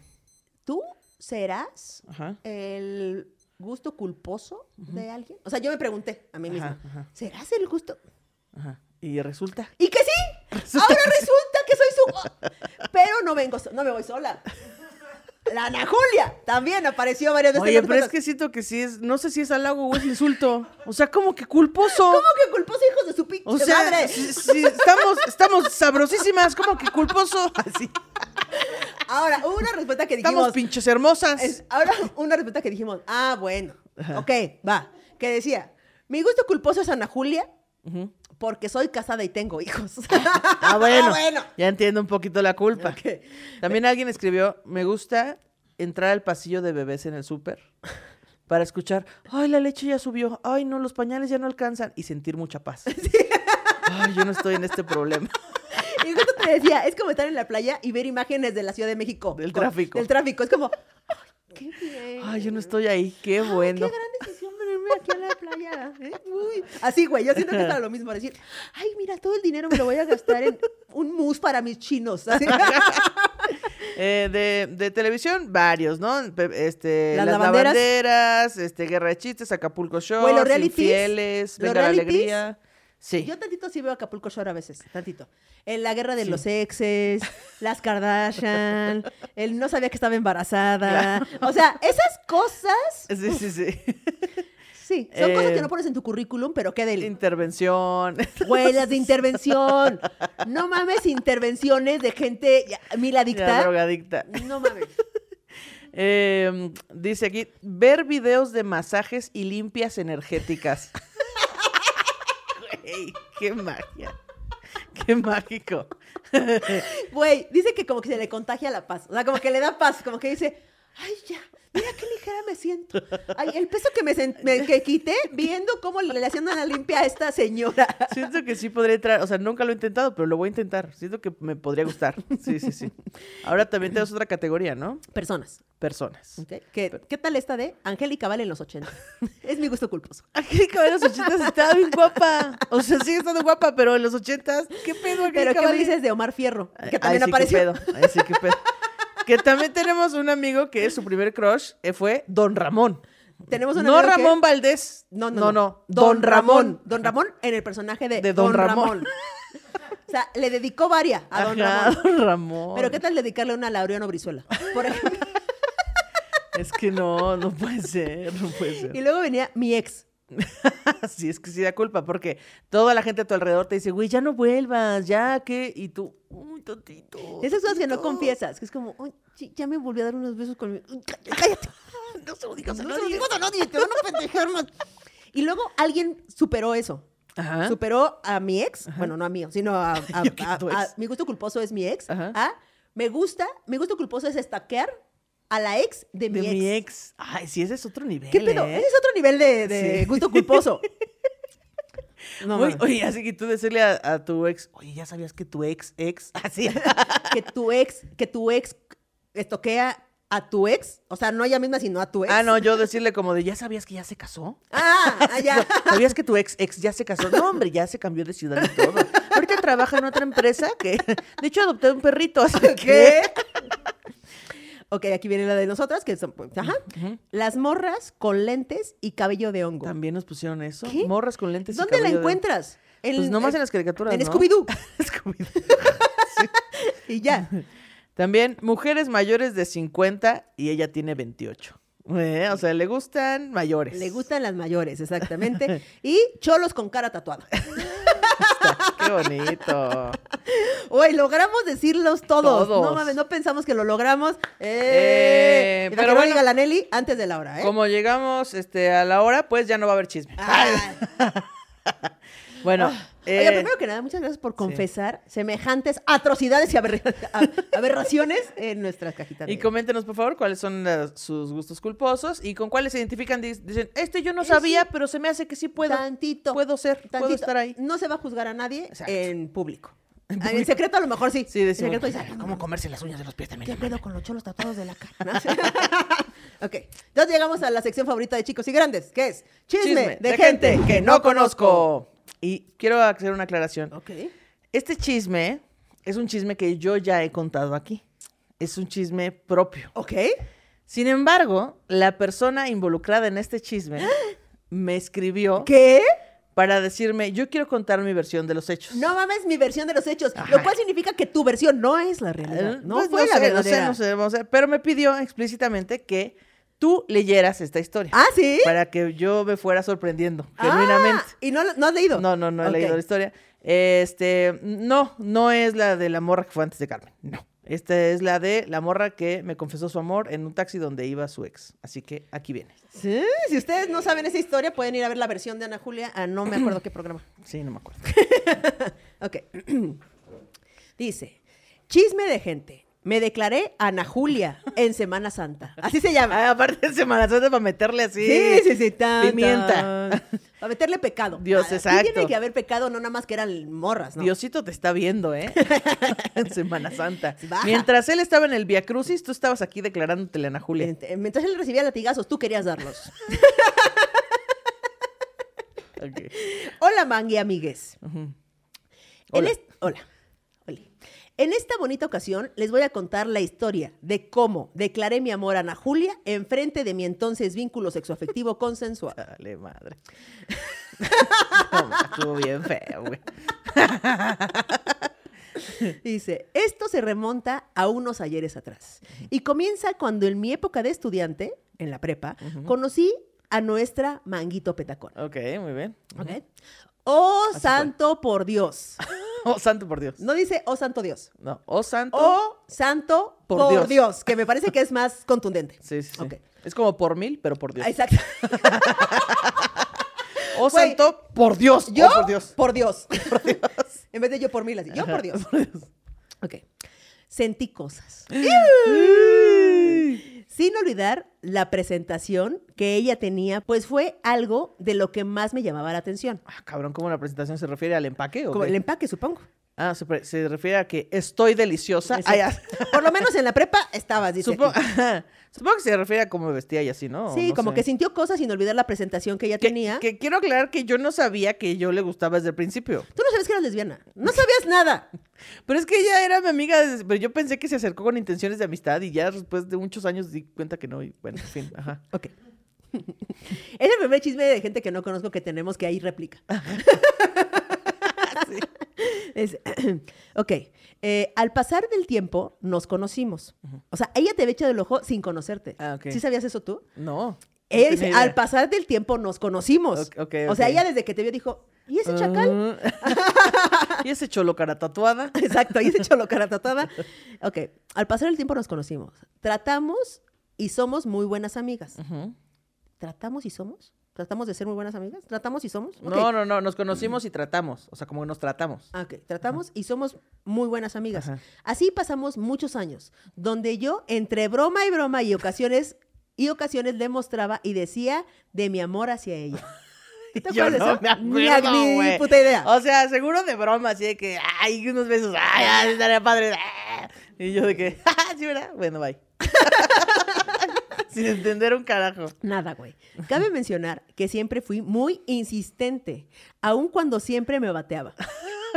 B: ¿tú serás
A: Ajá.
B: el gusto culposo de alguien? O sea, yo me pregunté a mí misma,
A: Ajá, ajá.
B: ¿serás el gusto?
A: Ajá. Y resulta.
B: Y que sí, ahora resulta que soy su... Pero no vengo, so- no me voy sola. La Ana Julia también apareció varias veces. en
A: Oye,
B: los
A: pero es
B: cuentos.
A: que siento que sí es, no sé si es halago o es insulto. O sea, como que culposo.
B: ¿Cómo que culposo, hijos de su pinche
A: O sea,
B: madre?
A: si- si estamos, estamos sabrosísimas, como que culposo. Así.
B: Ahora, hubo una respuesta que dijimos.
A: Estamos pinches hermosas.
B: es- ahora, una respuesta que dijimos, ah, bueno, ok, va. Que decía, mi gusto culposo es Ana Julia porque soy casada y tengo hijos.
A: Ah, bueno.
B: Ah, bueno. Eh.
A: Ya entiendo un poquito la culpa.
B: Ok.
A: También alguien escribió, me gusta entrar al pasillo de bebés en el súper para escuchar, ay, la leche ya subió, ay, no, los pañales ya no alcanzan y sentir mucha paz. Ay, yo no estoy en este problema.
B: Y justo te decía, es como estar en la playa y ver imágenes de la Ciudad de México.
A: Del
B: Con-
A: tráfico.
B: Del tráfico. Es como, ay, qué bien.
A: Ay, yo no estoy ahí, qué
B: Ay,
A: bueno.
B: Qué gran decisión venirme aquí a la playa. ¿eh? Uy. Así, güey, yo siento que es para lo mismo. Decir, ay, mira, todo el dinero me lo voy a gastar en un mousse para mis chinos. Así.
A: Eh, de, de televisión, varios, ¿no? Pe- Este,
B: Las
A: las,
B: lavanderas.
A: lavanderas, este, Guerra de Chistes, Acapulco Show,
B: Güey, los realities,
A: Infieles,
B: los
A: Venga la
B: realities.
A: Alegría. Sí.
B: Yo tantito sí veo Acapulco Shore a veces, tantito. En la guerra de los exes, las Kardashian, él no sabía que estaba embarazada. O sea, esas cosas,
A: Sí, sí, sí.
B: sí, son cosas que
A: Eh,
B: no pones en tu currículum, pero qué del...
A: Intervención.
B: Güey, las de intervención. No mames, intervenciones de gente ya,
A: Ya,
B: miladicta.
A: drogadicta.
B: No mames.
A: Eh, dice aquí, ver videos de masajes y limpias energéticas. Güey, qué magia. Qué mágico.
B: Güey, dice que como que se le contagia la paz. O sea, como que le da paz, como que dice, ay, ya, mira qué ligera me siento. Ay, el peso que me, sen- me- que quité viendo cómo le hacían la limpia a esta señora.
A: Siento que sí podría entrar, o sea, nunca lo he intentado, pero lo voy a intentar. Siento que me podría gustar. Sí, sí, sí. Ahora también tenemos otra categoría, ¿no?
B: Personas.
A: Personas.
B: ¿ok? ¿Qué, qué tal esta de Angélica Vale en los 80? Es mi gusto culposo.
A: Angélica Vale en los ochentas estaba bien guapa. O sea, sigue estando guapa, pero en los ochentas, qué pedo,
B: Pero
A: Angélica
B: ¿qué me
A: Vale?
B: dices de Omar Fierro? Que
A: Ay,
B: también
A: sí, qué
B: apareció.
A: pedo. Ay, sí, qué pedo. Que también tenemos un amigo que su primer crush eh, fue Don Ramón.
B: Tenemos una
A: No Ramón Valdés.
B: No, no, no.
A: Don, Ramón.
B: Don Ramón en el personaje de,
A: De Don Ramón.
B: o sea, le dedicó varias a Ah, Don
A: Ajá,
B: Ramón.
A: Don Ramón.
B: Pero ¿qué tal dedicarle una a Laureano Brizuela? Por ejemplo.
A: Es que no, no puede ser, no puede ser.
B: y luego venía mi ex.
A: sí, es que sí da culpa, porque toda la gente a tu alrededor te dice, güey, ya no vuelvas, ya, ¿qué? Y tú, uy, tontito.
B: Esas cosas que no
A: tontito".
B: confiesas, que es como, "Ay, sí, ya me volvió a dar unos besos con mi... Uy, cá- Cállate.
A: No se lo digas a
B: No se lo
A: nadie.
B: digas a nadie, te van a pendejar más. Y luego alguien superó eso.
A: Ajá.
B: Superó a mi ex, bueno, no a mí, sino a, a-
A: ¿Ah? Yo que
B: a-
A: tu
B: a-
A: ex.
B: mi gusto culposo es mi ex.
A: Ajá.
B: a me gusta, mi gusto culposo es estaquear a la ex de,
A: de
B: mi,
A: mi
B: ex.
A: ex. Ay, sí, ese es otro nivel.
B: ¿Qué pedo?
A: ¿eh?
B: Ese es otro nivel de, de
A: Sí.
B: gusto culposo. No,
A: Uy,
B: mames.
A: oye, así que tú decirle a, a tu ex, oye, ya sabías que tu ex, ex, así.
B: que tu ex, que tu ex estoquea a tu ex, o sea, no a ella misma, sino a tu ex.
A: ah, no, yo decirle como de, ya sabías que ya se casó.
B: Ah, ah, ya.
A: ¿Sabías que tu ex ex ya se casó? No, hombre, ya se cambió de ciudad y todo. Ahorita trabaja en otra empresa que, de hecho, adopté un perrito. Así
B: ¿Qué?
A: que...
B: ok, aquí viene la de nosotras, que son. pues, Ajá. Las morras con lentes y cabello de hongo.
A: También nos pusieron eso.
B: ¿Qué?
A: Morras con lentes y
B: ¿Dónde la
A: cabello de-
B: encuentras?
A: Pues nomás en las caricaturas,
B: En
A: ¿no?
B: Scooby-Doo.
A: Scooby-Doo.
B: Y ya.
A: También mujeres mayores de 50 y ella tiene 28. Eh, o sea, le gustan mayores.
B: Le gustan las mayores, exactamente. Y cholos con cara tatuada.
A: Qué bonito.
B: Uy, logramos decirlos todos.
A: Todos.
B: No mames, no pensamos que lo logramos.
A: Eh,
B: Eh,
A: pero
B: pero
A: bueno.
B: diga la Nelly antes de la hora, ¿eh?
A: Como llegamos este, a la hora, pues ya no va a haber chisme.
B: Ah.
A: Bueno,
B: Oiga,
A: eh,
B: primero que nada, muchas gracias por confesar semejantes atrocidades y aberra- a- aberraciones en nuestras cajitas.
A: y
B: de-
A: coméntenos por favor cuáles son las- sus gustos culposos y con cuáles se identifican. Dic- Dicen, este yo no sabía, pero se me hace que sí puedo.
B: tantito.
A: Puedo ser, puedo
B: tantito.
A: estar ahí.
B: No se va a juzgar a nadie
A: Exacto.
B: en público. En, secreto a lo mejor sí.
A: Sí, decimos,
B: en secreto dice, "Ay, no,
A: ¿cómo comerse las uñas de los pies también?
B: ¿Qué pedo con los cholos tatuados de la cara? ¿No? ok, entonces llegamos a la sección favorita de chicos y grandes, que es chisme, de, gente,
A: que no conozco. Y quiero hacer una aclaración.
B: Ok.
A: Este chisme es un chisme que yo ya he contado aquí. Es un chisme propio.
B: Ok.
A: Sin embargo, la persona involucrada en este chisme me escribió
B: ¿Qué?
A: para decirme, yo quiero contar mi versión de los hechos.
B: No mames mi versión de los hechos, lo
A: Ajá.
B: cual significa que tu versión no es la realidad.
A: Eh,
B: No
A: pues,
B: fue la
A: sé, no sé,
B: verdadera.
A: no sé, vamos a ver. Pero me pidió explícitamente que tú leyeras esta historia.
B: Ah, ¿sí?
A: Para que yo me fuera sorprendiendo,
B: Ah,
A: genuinamente.
B: ¿Y no, lo- no has leído?
A: No, no, no he
B: Ok.
A: leído la historia. Este, no, no es la de la morra que fue antes de Carmen. No. Esta es la de la morra que me confesó su amor en un taxi donde iba su ex. Así que aquí viene.
B: Sí, si ustedes no saben esa historia, pueden ir a ver la versión de Ana Julia a no me acuerdo qué programa.
A: Sí, no me acuerdo.
B: Ok. Dice, chisme de gente. Me declaré Ana Julia en Semana Santa. Así se llama.
A: Ah, aparte de Semana Santa para meterle así.
B: Sí, sí, sí. tan,
A: Pimienta.
B: tan. Para meterle pecado.
A: Dios,
B: Aquí
A: exacto.
B: Tiene que haber pecado, no nada más que eran morras, ¿no?
A: Diosito te está viendo, ¿eh? en Semana Santa.
B: Baja.
A: Mientras él estaba en el Via Crucis, tú estabas aquí declarándotele a Ana Julia.
B: Este, Mientras él recibía latigazos, tú querías darlos.
A: Ok.
B: Hola, Mangui, amigues. En
A: Hola.
B: est- hola. Hola. En esta bonita ocasión les voy a contar la historia de cómo declaré mi amor a Ana Julia en frente de mi entonces vínculo sexoafectivo consensual.
A: Dale, madre. No, ma, estuvo bien feo, güey.
B: Dice, esto se remonta a unos ayeres atrás y comienza cuando en mi época de estudiante, en la prepa, conocí a nuestra Manguito Petacón.
A: Ok, muy bien.
B: ¿ok? Oh, santo por Dios.
A: Oh, santo por Dios.
B: No dice, oh, santo Dios.
A: No, o santo.
B: Oh, santo por,
A: Por
B: Dios.
A: Dios.
B: que me parece que es más contundente.
A: Sí, sí, sí.
B: Ok.
A: Es como por mil, pero por Dios.
B: Exacto.
A: O
B: Güey,
A: santo por Dios.
B: Yo
A: o por Dios.
B: Por Dios. en vez de yo por mil, así. Yo por Dios. Ok. Sentí cosas. Sin olvidar la presentación que ella tenía, pues fue algo de lo que más me llamaba la atención.
A: Ah, cabrón, ¿cómo la presentación se refiere al empaque? o
B: Como
A: qué?
B: el empaque, supongo.
A: Ah, se, pre- se refiere a que estoy deliciosa. Ah, ya.
B: Por lo menos en la prepa estabas, dice.
A: Supo-
B: aquí.
A: Supongo que se refiere a cómo me vestía y así, Ah, ¿no?
B: sí,
A: No
B: como
A: sé.
B: que sintió cosas sin olvidar la presentación que ella
A: Que-
B: tenía.
A: que quiero aclarar que yo no sabía que yo le gustaba desde el principio.
B: Tú no sabías que eras lesbiana. No sabías nada.
A: Pero es que ella era mi amiga, desde- pero yo pensé que se acercó con intenciones de amistad y ya después de muchos años di cuenta que no. Y bueno, en fin, ajá.
B: Ok. es el primer chisme de gente que no conozco que tenemos que ahí réplica. Es- ok. eh, al pasar del tiempo, nos conocimos. O sea, ella te había echado el ojo sin conocerte.
A: Ah, ok.
B: ¿Sí sabías eso tú?
A: No.
B: Ella dice,
A: tenía idea.
B: al pasar del tiempo nos conocimos.
A: Ok, ok,
B: O sea,
A: ok.
B: ella desde que te vio dijo, ¿y ese chacal?
A: Ah. y ese cholo cara tatuada.
B: Exacto, ahí se echó la cara tratada. Ok, al pasar el tiempo nos conocimos. Tratamos y somos muy buenas amigas. ¿Tratamos y somos? ¿Tratamos de ser muy buenas amigas? ¿Tratamos y somos? Ok.
A: No, no, no, nos conocimos y tratamos. O sea, como nos tratamos.
B: Ah, ok. Tratamos y somos muy buenas amigas.
A: Ajá.
B: Así pasamos muchos años, donde yo, entre broma y broma y ocasiones, y ocasiones le mostraba y decía de mi amor hacia ella. ¿Tú te
A: Yo
B: acuerdas de
A: no
B: eso?
A: me acuerdo,
B: Ni, a- ni
A: güey.
B: puta idea.
A: O sea, seguro de broma, así de que, ay, unos besos, ay, ay, estaría padre. ah. Y yo de que, "Ja, ja, sí, ¿verdad? Bueno, bye. Sin entender un carajo.
B: Nada, güey. Cabe mencionar que siempre fui muy insistente, aun cuando siempre me bateaba.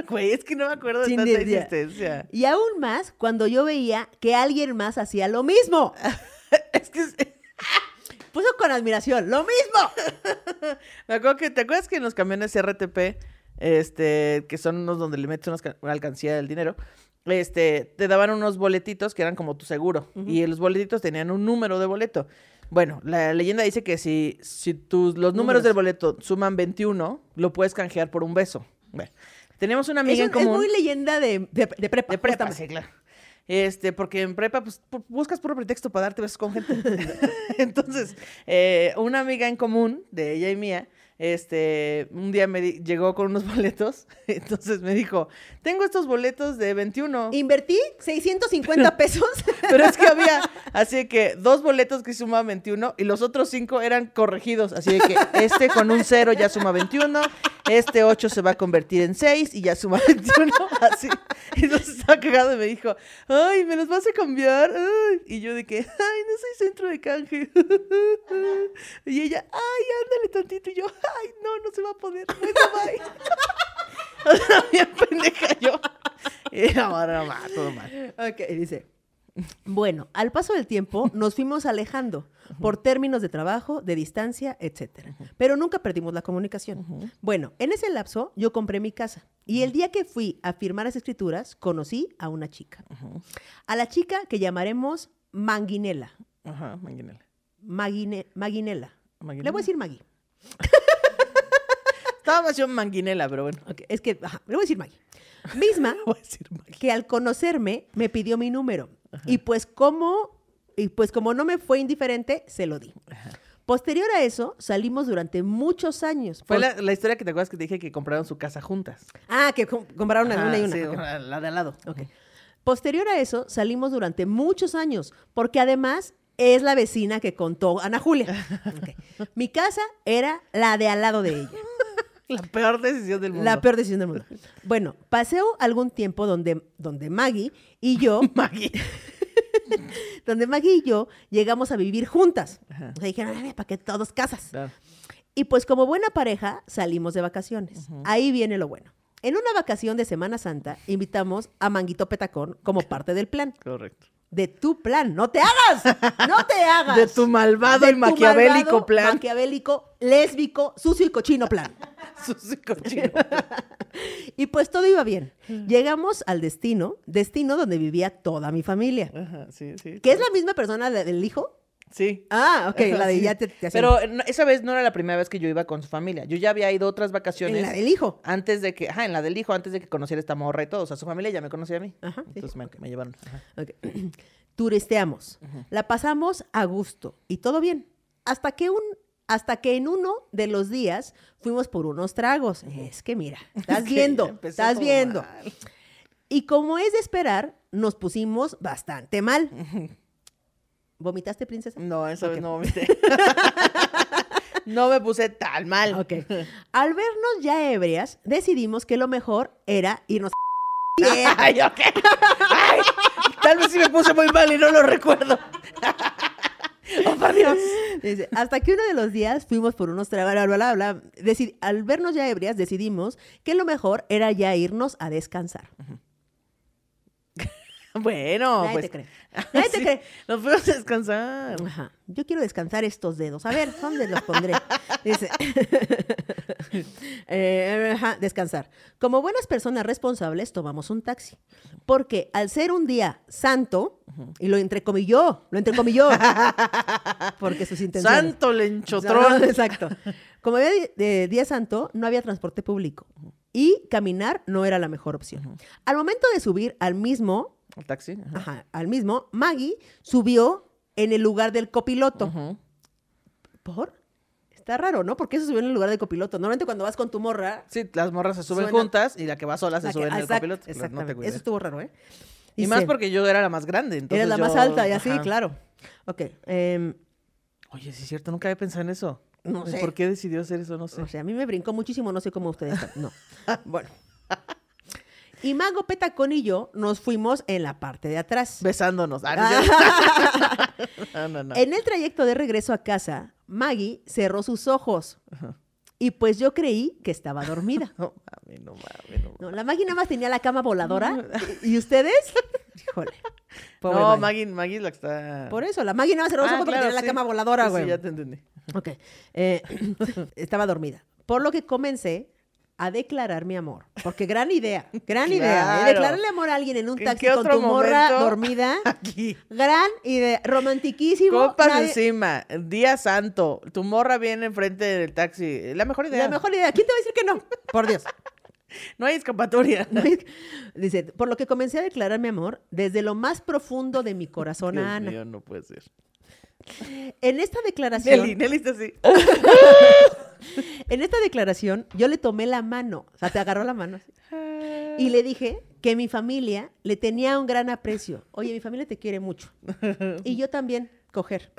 A: Güey, es que no me acuerdo de
B: Sin
A: tanta
B: idea.
A: insistencia.
B: Y aún más cuando yo veía que alguien más hacía lo mismo.
A: Es que es-
B: Puso con admiración, lo mismo.
A: me acuerdo que, ¿te acuerdas que en los camiones RTP, este, que son unos donde le metes unas ca- una alcancía del dinero, este, te daban unos boletitos que eran como tu seguro. Y los boletitos tenían un número de boleto. Bueno, la leyenda dice que si, si tus, los números,
B: Números.
A: del boleto suman 21, lo puedes canjear por un beso. Bueno, teníamos una amiga
B: Es, un-
A: en
B: es
A: común.
B: muy leyenda de, de, de prepa.
A: De prepa,
B: justamente.
A: sí, claro. Este, porque en prepa, pues, pu- buscas puro pretexto para darte besos con gente. Entonces, eh, una amiga en común de ella y mía, este, un día me di- llegó con unos boletos. Entonces me dijo, tengo estos boletos de 21.
B: Invertí 650 pesos.
A: Pero es que había, así de que dos boletos que sumaban 21 y los otros cinco eran corregidos. Así de que este con un cero ya suma 21, este 8 se va a convertir en 6 y ya suma 21. Así. Y entonces estaba cagado y me dijo, ay, ¿me los vas a cambiar? Ay". Y yo de que, ay, no soy centro de canje. Y ella, ay, ándale tantito. Y yo, ay, no, no se va a poder. Bueno, bye. O sea, bien pendeja yo. Y ahora, va, todo mal.
B: ok, dice. Bueno, al paso del tiempo nos fuimos alejando por términos de trabajo, de distancia, etcétera. Pero nunca perdimos la comunicación. Bueno, en ese lapso yo compré mi casa y el día que fui a firmar las escrituras conocí a una chica. A la chica que llamaremos Manguinela.
A: Ajá, manguinela.
B: Maguine- Maguinela.
A: Manguinela.
B: Le voy a decir Magui.
A: Estaba más yo manguinela, pero bueno.
B: Ok, Es que, ajá, le voy a decir Magui. Misma
A: Voy a decir Magui.
B: que al conocerme me pidió mi número y pues como y pues como no me fue indiferente se lo di. Posterior a eso salimos durante muchos años.
A: Fue
B: Por-
A: la, la historia que te acuerdas que te dije que compraron su casa juntas.
B: Ah, que com- compraron una,
A: Ajá,
B: una y una.
A: sí,
B: ok.
A: una- la de al lado.
B: Ok. Posterior a eso salimos durante muchos años porque además es la vecina que contó Ana Julia. Ok. Mi casa era la de al lado de ella.
A: La peor decisión del mundo.
B: La peor decisión del mundo. Bueno, paseo algún tiempo donde, donde Maggie y yo. Maggie. donde Maggie y yo llegamos a vivir juntas.
A: Ajá.
B: O sea, dijeron, "Ay, ¿para qué todos casas?
A: Claro.
B: Y pues, como buena pareja, salimos de vacaciones. Ahí viene lo bueno. En una vacación de Semana Santa, invitamos a Manguito Petacón como parte del plan.
A: Correcto.
B: De tu plan, no te hagas, no te hagas.
A: De tu malvado y
B: Ah, tu
A: maquiavélico plan.
B: Maquiavélico, lésbico, sucio y cochino plan.
A: Sus cochinos.
B: Y pues todo iba bien. Llegamos al destino, destino donde vivía toda mi familia.
A: Ajá, sí, sí.
B: ¿Que es la misma persona de- del hijo?
A: Sí.
B: Ah, ok, la de
A: Sí.
B: ya te, te hacen-
A: Pero eh, no- esa vez no era la primera vez que yo iba con su familia. Yo ya había ido otras vacaciones.
B: en la del hijo.
A: Antes de que, ajá, en la del hijo, antes de que conociera esta morra y todo. O sea, su familia ya me conocía a mí.
B: Ajá, sí,
A: Entonces me, me llevaron. Ajá.
B: Ok. Turisteamos. La pasamos a gusto y todo bien. Hasta que un hasta que en uno de los días fuimos por unos tragos. Es que mira, estás
A: Es que
B: viendo,
A: ya empezó
B: estás
A: todo
B: viendo.
A: mal.
B: Y como es de esperar, nos pusimos bastante mal. ¿Vomitaste, princesa?
A: No, esa
B: Ok.
A: vez no vomité. no me puse tan mal.
B: Ok. Al vernos ya ebrias, decidimos que lo mejor era irnos a bien.
A: Ay, ok. Ay, tal vez sí me puse muy mal y no lo recuerdo. Oh, por Dios.
B: Dice, hasta que uno de los días fuimos por unos tragos, bla, bla, bla, bla. Deci- al vernos ya ebrias, decidimos que lo mejor era ya irnos a descansar.
A: Bueno,
B: Nadie
A: pues.
B: te cree. Nadie te
A: Sí,
B: cree.
A: Nos fuimos a descansar.
B: Ajá. Yo quiero descansar estos dedos. A ver, ¿dónde los pondré? Dice. Eh, ajá, descansar. Como buenas personas responsables, tomamos un taxi. Porque al ser un día santo, y lo entrecomilló, lo entrecomilló. porque sus intenciones.
A: Santo lenchotrón.
B: Exacto. Como había di- de Día Santo, no había transporte público. Y caminar no era la mejor opción. Al momento de subir al mismo,
A: El taxi. ajá.
B: ajá, al mismo, Maggie subió en el lugar del copiloto.
A: Ujú.
B: ¿Por? Está raro, ¿no? Porque eso subió en el lugar del copiloto. Normalmente cuando vas con tu morra.
A: Sí, las morras se suben
B: Suena-
A: juntas y la que va sola se
B: la que-
A: sube en el
B: exact-
A: copiloto. Claro, No
B: Exactamente.
A: te cuides.
B: eso estuvo raro, ¿eh?
A: y más
B: Dice,
A: porque yo era la más grande. Entonces
B: Eres la
A: yo-
B: más alta y así,
A: ajá.
B: claro. Ok. em,
A: Oye, sí es cierto, nunca había pensado en eso.
B: No sé.
A: ¿Por qué decidió hacer eso? No sé.
B: O sea, a mí me brincó muchísimo, no sé cómo ustedes. están. No. bueno. Y Mago Petacón y yo nos fuimos en la parte de atrás.
A: Besándonos. Ah, no, es cierto. no, no, no.
B: En el trayecto de regreso a casa, Maggie cerró sus ojos. Y pues yo creí que estaba dormida.
A: No mames, no mames, no mames.
B: No, la Maggie nada más tenía la cama voladora. ¿Y y ustedes? Híjole. Pobre
A: No,
B: Maggie.
A: Maggie, Maggie es la que está.
B: Por eso, la Maggie nada más cerró los
A: Ah,
B: ojos porque
A: claro,
B: tenía
A: sí.
B: la cama voladora,
A: Sí, sí,
B: güey.
A: ya te entendí.
B: Ok. Eh, estaba dormida. Por lo que comencé a declarar mi amor. Porque gran idea, gran idea. ¿eh?
A: Claro.
B: Declararle amor a alguien en un
A: ¿En
B: taxi
A: qué
B: con
A: otro
B: tu morra
A: momento?
B: dormida.
A: Aquí.
B: Gran idea. Romantiquísimo.
A: Copas
B: nadie-
A: encima, día santo, tu morra viene enfrente del taxi. La mejor idea.
B: La mejor idea. ¿Quién te va a decir que no? Por Dios.
A: No hay escapatoria.
B: Dice, por lo que comencé a declarar mi amor desde lo más profundo de mi corazón
A: Dios
B: a Ana.
A: mío, no puede ser.
B: En esta declaración.
A: Nelly, Nelly está así.
B: Oh. En esta declaración, yo le tomé la mano, o sea, te agarró la mano. así, y le dije que mi familia le tenía un gran aprecio. Oye, mi familia te quiere mucho. Y yo también, coger.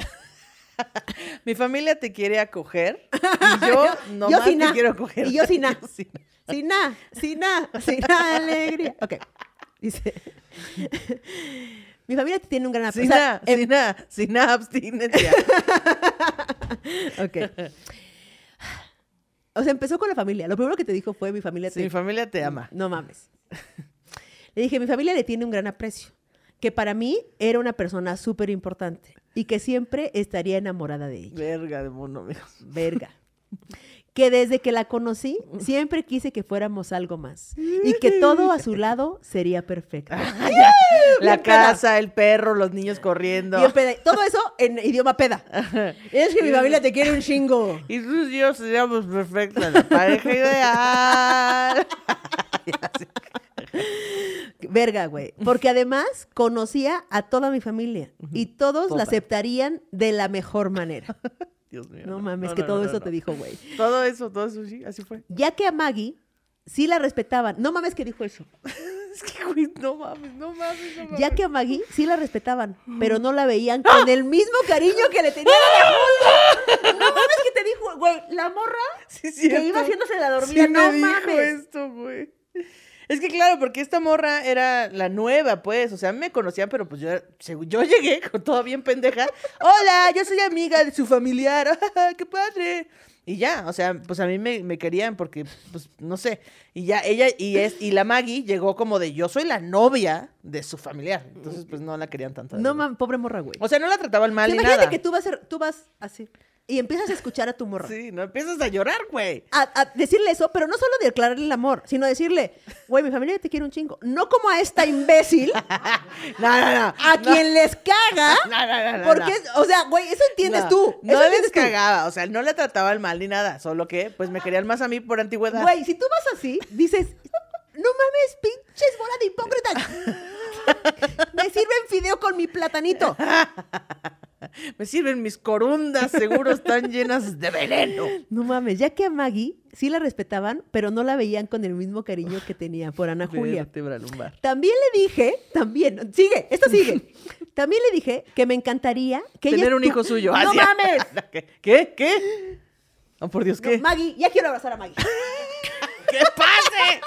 A: Mi familia te quiere acoger y yo no
B: yo
A: más
B: sin
A: te
B: na.
A: quiero acoger.
B: Y yo sin na.
A: sin na.
B: Sin nada, sin nada, sin nada, alegría. Ok, dice. Mi familia te tiene un gran aprecio.
A: Sin
B: O sea, em
A: nada, sin nada, sin nada, abstinencia.
B: em, ok. O sea, empezó con la familia. Lo primero que te dijo fue mi familia
A: Si mi
B: te
A: familia te ama.
B: No mames. Le dije, mi familia le tiene un gran aprecio, que para mí era una persona súper importante y que siempre estaría enamorada de ella.
A: Verga de mono, amigos.
B: Verga. Que desde que la conocí, siempre quise que fuéramos algo más y que todo a su lado sería perfecto.
A: La
B: Bien peda.
A: casa, el perro, los niños corriendo.
B: Bien peda. Todo eso en idioma peda. Es que mi familia te quiere un chingo.
A: Y tú y yo seríamos perfectas, la pareja ideal.
B: Verga, güey. Porque además conocía a toda mi familia y todos la
A: Toda.
B: aceptarían de la mejor manera.
A: Dios mío.
B: No mames, que todo
A: no,
B: eso
A: no.
B: te dijo, güey.
A: Todo eso, todo eso, sí, así fue.
B: Ya que a Maggie sí la respetaban. No mames que dijo eso.
A: Es que, güey, no mames, no mames, no mames.
B: Ya que a Maggie sí la respetaban, pero no la veían
A: ¡Ah!
B: con el mismo cariño que le tenían a la morra. No mames que te dijo, güey, la morra
A: Sí, es
B: que
A: cierto.
B: iba haciéndose la
A: Sí
B: dormida.
A: me dijo
B: no mames.
A: esto, güey. Es que claro, porque esta morra era la nueva, pues. O sea, me conocían, pero pues yo, era- según- yo llegué con todo bien pendeja. Hola, yo soy amiga de su familiar. ¡Ah, ¡Qué padre! Y ya, o sea, pues a mí me, me querían porque, pues, no sé. Y ya ella y es y la Maggie llegó como de yo soy la novia de su familiar. Entonces, pues no la querían tanto.
B: No mames, pobre morra, güey.
A: O sea, no la trataban mal
B: Sí,
A: ni
B: imagínate
A: nada.
B: que tú vas, a- tú vas así y empiezas a escuchar a tu morra.
A: Sí, no empiezas a llorar, güey.
B: a, a decirle eso, pero no solo declararle el amor, sino decirle, güey, mi familia te quiere un chingo. No como a esta imbécil,
A: No, no, no.
B: a
A: No.
B: quien les caga.
A: No, no, no, no,
B: porque,
A: no.
B: es- o sea, güey, eso entiendes
A: No,
B: tú.
A: No
B: eso
A: les
B: entiendes tú.
A: cagaba, o sea, no le trataban mal ni nada, solo que pues me querían más a mí por antigüedad.
B: Güey, si tú vas así, dices, no mames, pinches bola de hipócritas. Me sirven fideo con mi platanito.
A: Me sirven mis corundas, seguro están llenas de veneno.
B: No mames, ya que a Maggie sí la respetaban, pero no la veían con el mismo cariño que tenía por Ana Julia.
A: Vete, Bralumbar.
B: También le dije, también, sigue, esto sigue. También le dije que me encantaría que ella
A: Tener un
B: tu-
A: hijo suyo.
B: No
A: así.
B: mames.
A: ¿Qué? ¿Qué? Oh, por Dios, ¿qué?
B: No, Maggie, ya quiero abrazar a Maggie.
A: ¡Que pase!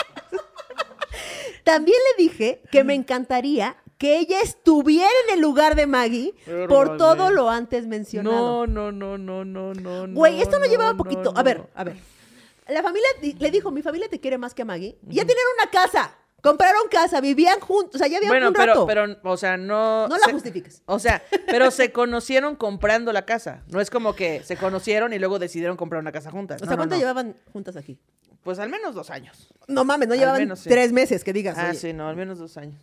B: También le dije que me encantaría que ella estuviera en el lugar de Maggie
A: Pero,
B: por
A: Maggie.
B: todo lo antes mencionado.
A: No, no, no, no, no, no.
B: Güey, esto no, llevaba
A: no,
B: poquito.
A: no.
B: A ver, a ver. La familia di- le dijo, mi familia te quiere más que a Maggie. Ya tienen una casa. Compraron casa, vivían juntos, o sea, ya habían
A: Bueno,
B: un
A: pero,
B: rato.
A: pero, o sea, no.
B: No la
A: se-
B: justifiques.
A: O sea, pero se conocieron comprando la casa. No es como que se conocieron y luego decidieron comprar una casa juntas.
B: o
A: No,
B: sea,
A: no,
B: ¿cuánto
A: no.
B: llevaban juntas aquí?
A: Pues al menos dos años.
B: No mames, no
A: Al
B: llevaban
A: menos, sí.
B: tres meses, que digas.
A: Ah,
B: oye.
A: sí, no, al menos dos años.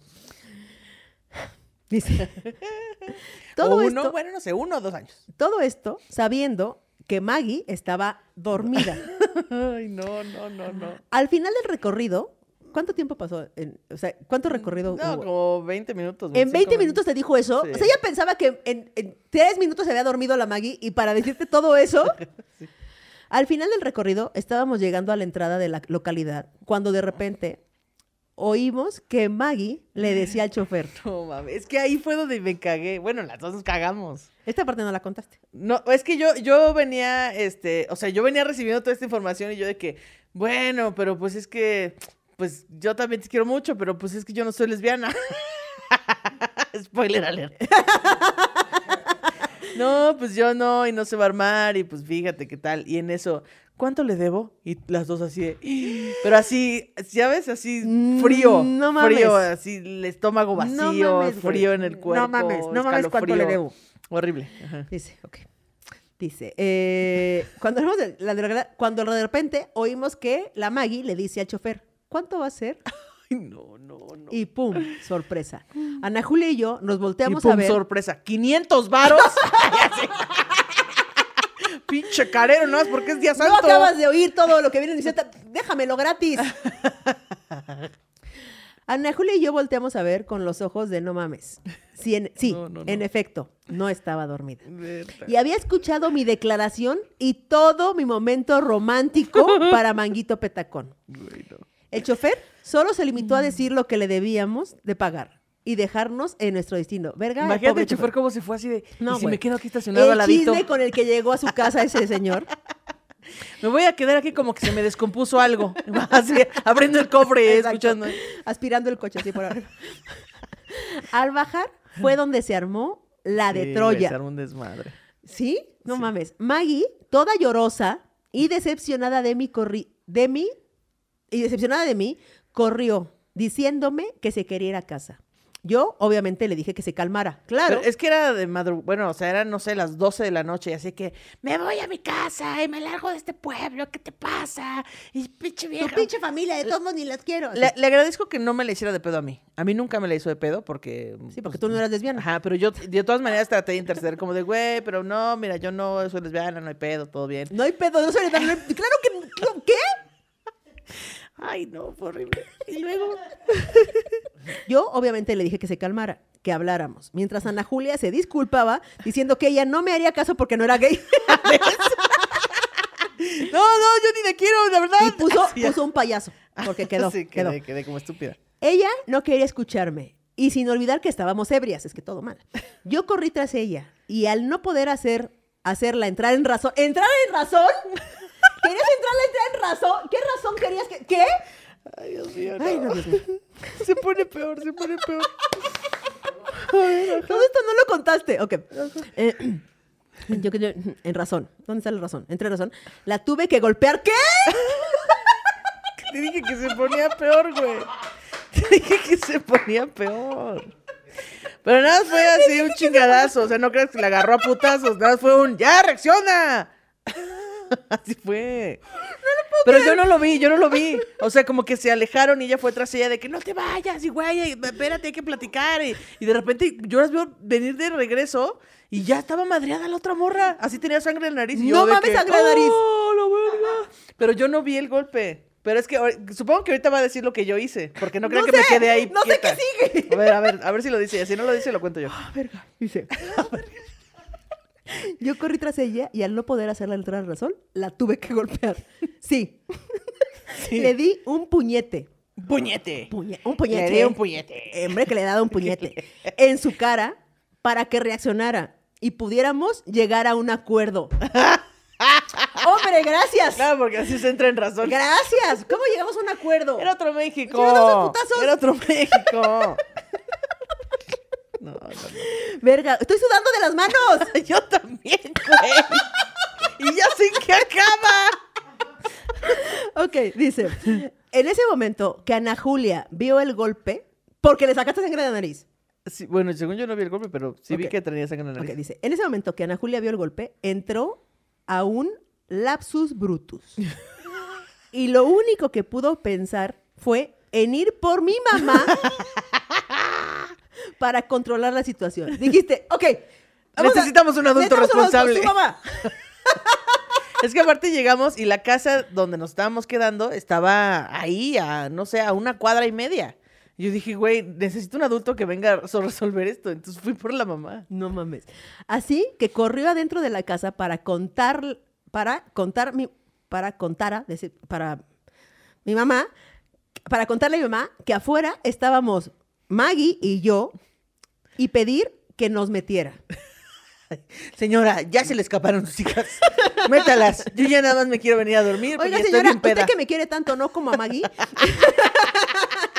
B: Dice. todo,
A: o uno,
B: esto,
A: bueno, no sé, uno o dos años.
B: todo esto sabiendo que Maggie estaba dormida.
A: Ay, no, no, no, no.
B: Al final del recorrido, ¿cuánto tiempo pasó? en- o sea, ¿cuánto recorrido
A: No,
B: hubo?
A: como 20 minutos.
B: En
A: 25
B: 20 minutos te dijo eso.
A: Sí.
B: O sea, ella pensaba que en, en 3 minutos se había dormido la Maggie y para decirte todo eso. Al final del recorrido estábamos llegando a la entrada de la localidad cuando de repente oímos que Maggie le decía al chofer.
A: No mames, es que ahí fue donde me cagué. Bueno, las dos nos cagamos.
B: Esta parte no la contaste.
A: No, es que yo, yo venía, este, o sea, yo venía recibiendo toda esta información y yo de que, bueno, pero pues es que, pues yo también te quiero mucho, pero pues es que yo no soy lesbiana. Spoiler alert. no, pues yo no, y no se va a armar, y pues fíjate qué tal. Y en eso, ¿cuánto le debo? Y las dos así de, "Ih", pero así, ya ves, así frío.
B: Mm, no mames.
A: Frío, así el estómago vacío,
B: mames, güey.
A: frío en el
B: No
A: cuerpo.
B: mames, no mames cuánto le
A: escalofrío.
B: debo.
A: Horrible. Ajá.
B: Dice, ok. Dice, eh, cuando, hablamos de la localidad- cuando de repente oímos que la Maggie le dice al chofer, ¿cuánto va a ser?
A: Ay, no, no, no.
B: Y pum, sorpresa. Ana Julia y yo nos volteamos
A: y pum,
B: a ver.
A: sorpresa, 500 varos. Pinche carero, no más porque es día
B: No
A: santo.
B: acabas de oír todo lo que viene diciendo. Déjamelo gratis. Ana Julia y yo volteamos a ver con los ojos de no mames. Sí, en, sí,
A: No, no, no.
B: en efecto, no estaba dormida.
A: Verga.
B: Y había escuchado mi declaración y todo mi momento romántico para Manguito Petacón.
A: Güey, no.
B: El chofer solo se limitó
A: Mm.
B: a decir lo que le debíamos de pagar y dejarnos en nuestro destino. Verga, el
A: Imagínate
B: pobre
A: el chofer como se fue así de.
B: No,
A: y si
B: güey.
A: me quedo aquí estacionado al
B: El
A: ladito.
B: chisme con el que llegó a su casa ese señor.
A: Me voy a quedar aquí como que se me descompuso algo. Así, abriendo el cofre,
B: Exacto.
A: escuchando.
B: Aspirando el coche así por arriba. Al bajar fue donde se armó la de
A: Sí, güey, se
B: Troya.
A: armó un desmadre.
B: ¿Sí? No
A: Sí.
B: mames. Maggie, toda llorosa y decepcionada de mí, corri de mí, y decepcionada de mí, corrió diciéndome que se quería ir a casa. Yo, obviamente, le dije que se calmara. Claro.
A: Pero es que era de madrugada, bueno, o sea, eran, no sé, las 12 de la noche, y así que me voy a mi casa y me largo de este pueblo, ¿qué te pasa? Y pinche vieja.
B: Tu pinche familia, de todos modos, ni las quiero.
A: Le, le agradezco que no me la hiciera de pedo a mí. A mí nunca me la hizo de pedo porque...
B: sí, porque tú no eras lesbiana.
A: Ajá, pero yo de todas maneras traté de interceder como de, güey, pero no, mira, yo no soy lesbiana, no hay pedo, todo bien.
B: No hay pedo, no se le da- no hay- Claro que. claro- ¿Qué?
A: Ay, no, fue horrible. Y luego...
B: Yo obviamente le dije que se calmara, que habláramos, mientras Ana Julia se disculpaba diciendo que ella no me haría caso porque no era gay
A: No, no, yo ni le quiero, la verdad.
B: y puso,
A: Así,
B: puso un payaso, porque quedó,
A: sí,
B: quedó.
A: quedé, quedé como estúpida.
B: Ella no quería escucharme y sin olvidar que estábamos ebrias, es que todo mal. Yo corrí tras ella y al no poder hacer hacerla entrar en razón, entrar en razón. ¿Querías entrarla entrar en razón? ¿Qué razón querías que qué?
A: Ay, Dios mío,
B: Ay, no, Dios mío.
A: Se pone peor, se pone peor.
B: Todo esto no lo contaste. Ok. Eh, yo que yo, en razón. ¿Dónde está la razón? Entre razón. La tuve que golpear. ¿Qué?
A: Te dije que se ponía peor, güey. Te dije que se ponía peor. Pero nada, más fue así un chingadazo. O sea, no creas que la agarró a putazos. Nada, más fue un ¡Ya, reacciona! Así fue. Pero yo no lo vi, yo no lo vi. O sea, como que se alejaron y ella fue tras ella de que no te vayas, y güey, espérate, hay que platicar. Y, y de repente yo las veo venir de regreso y ya estaba madreada la otra morra. Así tenía sangre en la nariz. y yo
B: No
A: de
B: mames,
A: que,
B: sangre en la nariz.
A: ¡Oh, la verga! Pero yo no vi el golpe. Pero es que ahor- supongo que ahorita va a decir lo que yo hice, porque no creo
B: No
A: que me
B: sé,
A: quede ahí.
B: no sé
A: quieta.
B: qué sigue.
A: A ver, a ver, a ver si lo dice. ella. Si no lo dice, lo cuento yo.
B: Dice.
A: Ah,
B: Yo corrí tras ella y al no poder hacerla entrar en razón, la tuve que golpear. Sí. Le di un puñete.
A: ¡Puñete!
B: Puñe- un puñete.
A: Le di un puñete.
B: Hombre, que le he dado un puñete. En su cara para que reaccionara y pudiéramos llegar a un acuerdo. Hombre, gracias.
A: Claro, porque así se entra en razón.
B: Gracias. ¿Cómo llegamos a un acuerdo?
A: Era otro México.
B: Yo le daba putazos.
A: Era otro México. No, no, no.
B: Verga, estoy sudando de las manos.
A: Yo también, güey. Y ya sé que acaba.
B: Ok, dice. eh, en ese momento que Ana Julia vio el golpe, porque le sacaste sangre de la nariz.
A: Sí, bueno, según yo no vi el golpe, pero sí vi
B: Ok.
A: que tenía sangre en la
B: Ok,
A: nariz.
B: dice, en ese momento que Ana Julia vio el golpe, entró a un lapsus brutus. y lo único que pudo pensar fue en ir por mi mamá para controlar la situación. Dijiste, ok. vamos a-
A: Necesitamos un adulto
B: necesitamos un adulto,
A: responsable".
B: su mamá.
A: Es que aparte llegamos y la casa donde nos estábamos quedando estaba ahí, a no sé, a una cuadra y media. Yo dije, güey, necesito un adulto que venga a so- resolver esto. Entonces fui por la mamá.
B: No mames. Así que corrió adentro de la casa para contar, para contar mi, para contara, decir, para mi mamá, para contarle a mi mamá que afuera estábamos Maggie y yo y pedir que nos metiera.
A: Señora, ya se le escaparon sus hijas. Métalas. Yo ya nada más me quiero venir a dormir. porque
B: Oiga,
A: ya
B: señora,
A: estoy bien peda.
B: usted que me quiere tanto, ¿no? Como a Maggie.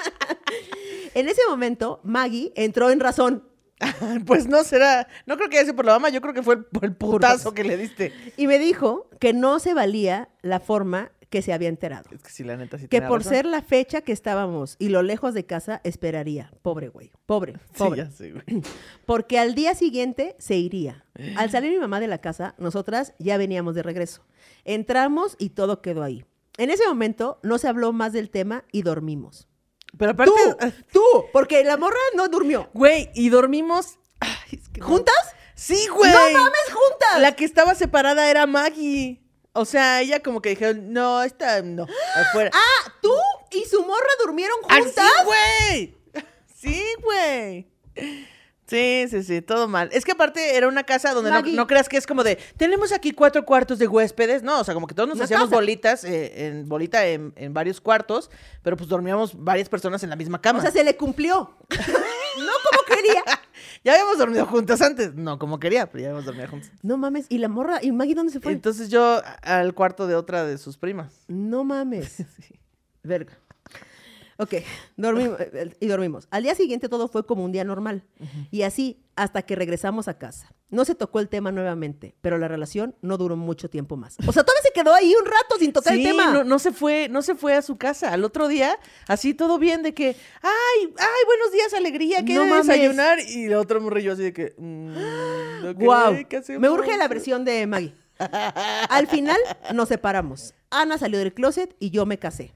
B: en ese momento, Maggie entró en razón
A: Pues no será. No creo que haya sido por la mamá, yo creo que fue el- por el putazo que le diste.
B: y me dijo que no se valía la forma que se había enterado.
A: Es que sí, la neta sí
B: Que
A: tenía
B: por
A: razón.
B: ser la fecha que estábamos y lo lejos de casa, esperaría. Pobre güey, pobre,
A: Sí,
B: pobre.
A: ya sé, güey.
B: Porque al día siguiente se iría.
A: Eh.
B: Al salir mi mamá de la casa, nosotras ya veníamos de regreso. Entramos y todo quedó ahí. En ese momento no se habló más del tema y dormimos.
A: Pero aparte. ah, eh,
B: tú, tú, porque la morra no durmió.
A: Güey, y dormimos. Ay, es que no.
B: ¿Juntas?
A: Sí, güey.
B: ¡No mames, juntas!
A: La que estaba separada era Maggie. O sea, ella como que dijeron, no, esta no, afuera.
B: Ah, tú y su morra durmieron
A: ¡Así,
B: juntas.
A: güey! Sí, güey. Sí, sí, sí, todo mal. Es que aparte era una casa donde no,
B: Maggie.
A: no creas que es como de, tenemos aquí cuatro cuartos de huéspedes, no, o sea, como que todos nos
B: Una
A: hacíamos
B: casa.
A: bolitas, eh, en bolita en, en varios cuartos, pero pues dormíamos varias personas en la misma cama.
B: o sea, se le cumplió. no como quería.
A: Ya habíamos dormido juntas antes, no como quería, pero ya habíamos dormido juntas.
B: No mames, y la morra, ¿y Maggie dónde se fue?
A: Entonces yo a- al cuarto de otra de sus primas.
B: No mames. Verga. Ok, dormimos y dormimos. Al día siguiente todo fue como un día normal. Y así hasta que regresamos a casa. No se tocó el tema nuevamente, pero la relación no duró mucho tiempo más. O sea, todavía se quedó ahí un rato sin tocar
A: Sí,
B: el tema.
A: No, no se fue, no se fue a su casa. Al otro día, así todo bien de que, ay, ay, buenos días, alegría, que
B: No mames.
A: desayunar. Y el otro morrillo así de que, "Mm, ok,
B: Guau.
A: ¿qué hacemos?".
B: Me urge la versión de Maggie. Al final nos separamos. Ana salió del closet y yo me casé.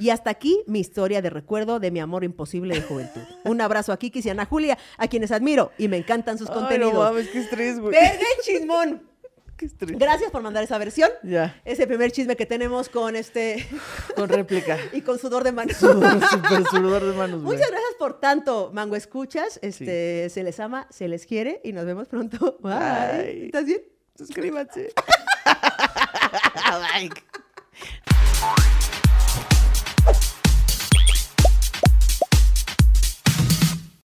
B: Y hasta aquí mi historia de recuerdo de mi amor imposible de juventud. Un abrazo a Kiki y Ana Julia, a quienes admiro y me encantan sus
A: Ay,
B: contenidos.
A: No mames, qué estrés, güey.
B: ¡Verga el chismón!
A: Qué estrés.
B: Gracias por mandar esa versión.
A: Ya,
B: Es el primer chisme que tenemos con este
A: con réplica.
B: y con sudor de mano.
A: Sudor, super sudor de manos, güey.
B: Muchas gracias por tanto, Mango Escuchas. Este, Se les ama, se les quiere y nos vemos pronto. Bye.
A: Bye.
B: ¿Estás bien?
A: Suscríbanse. like.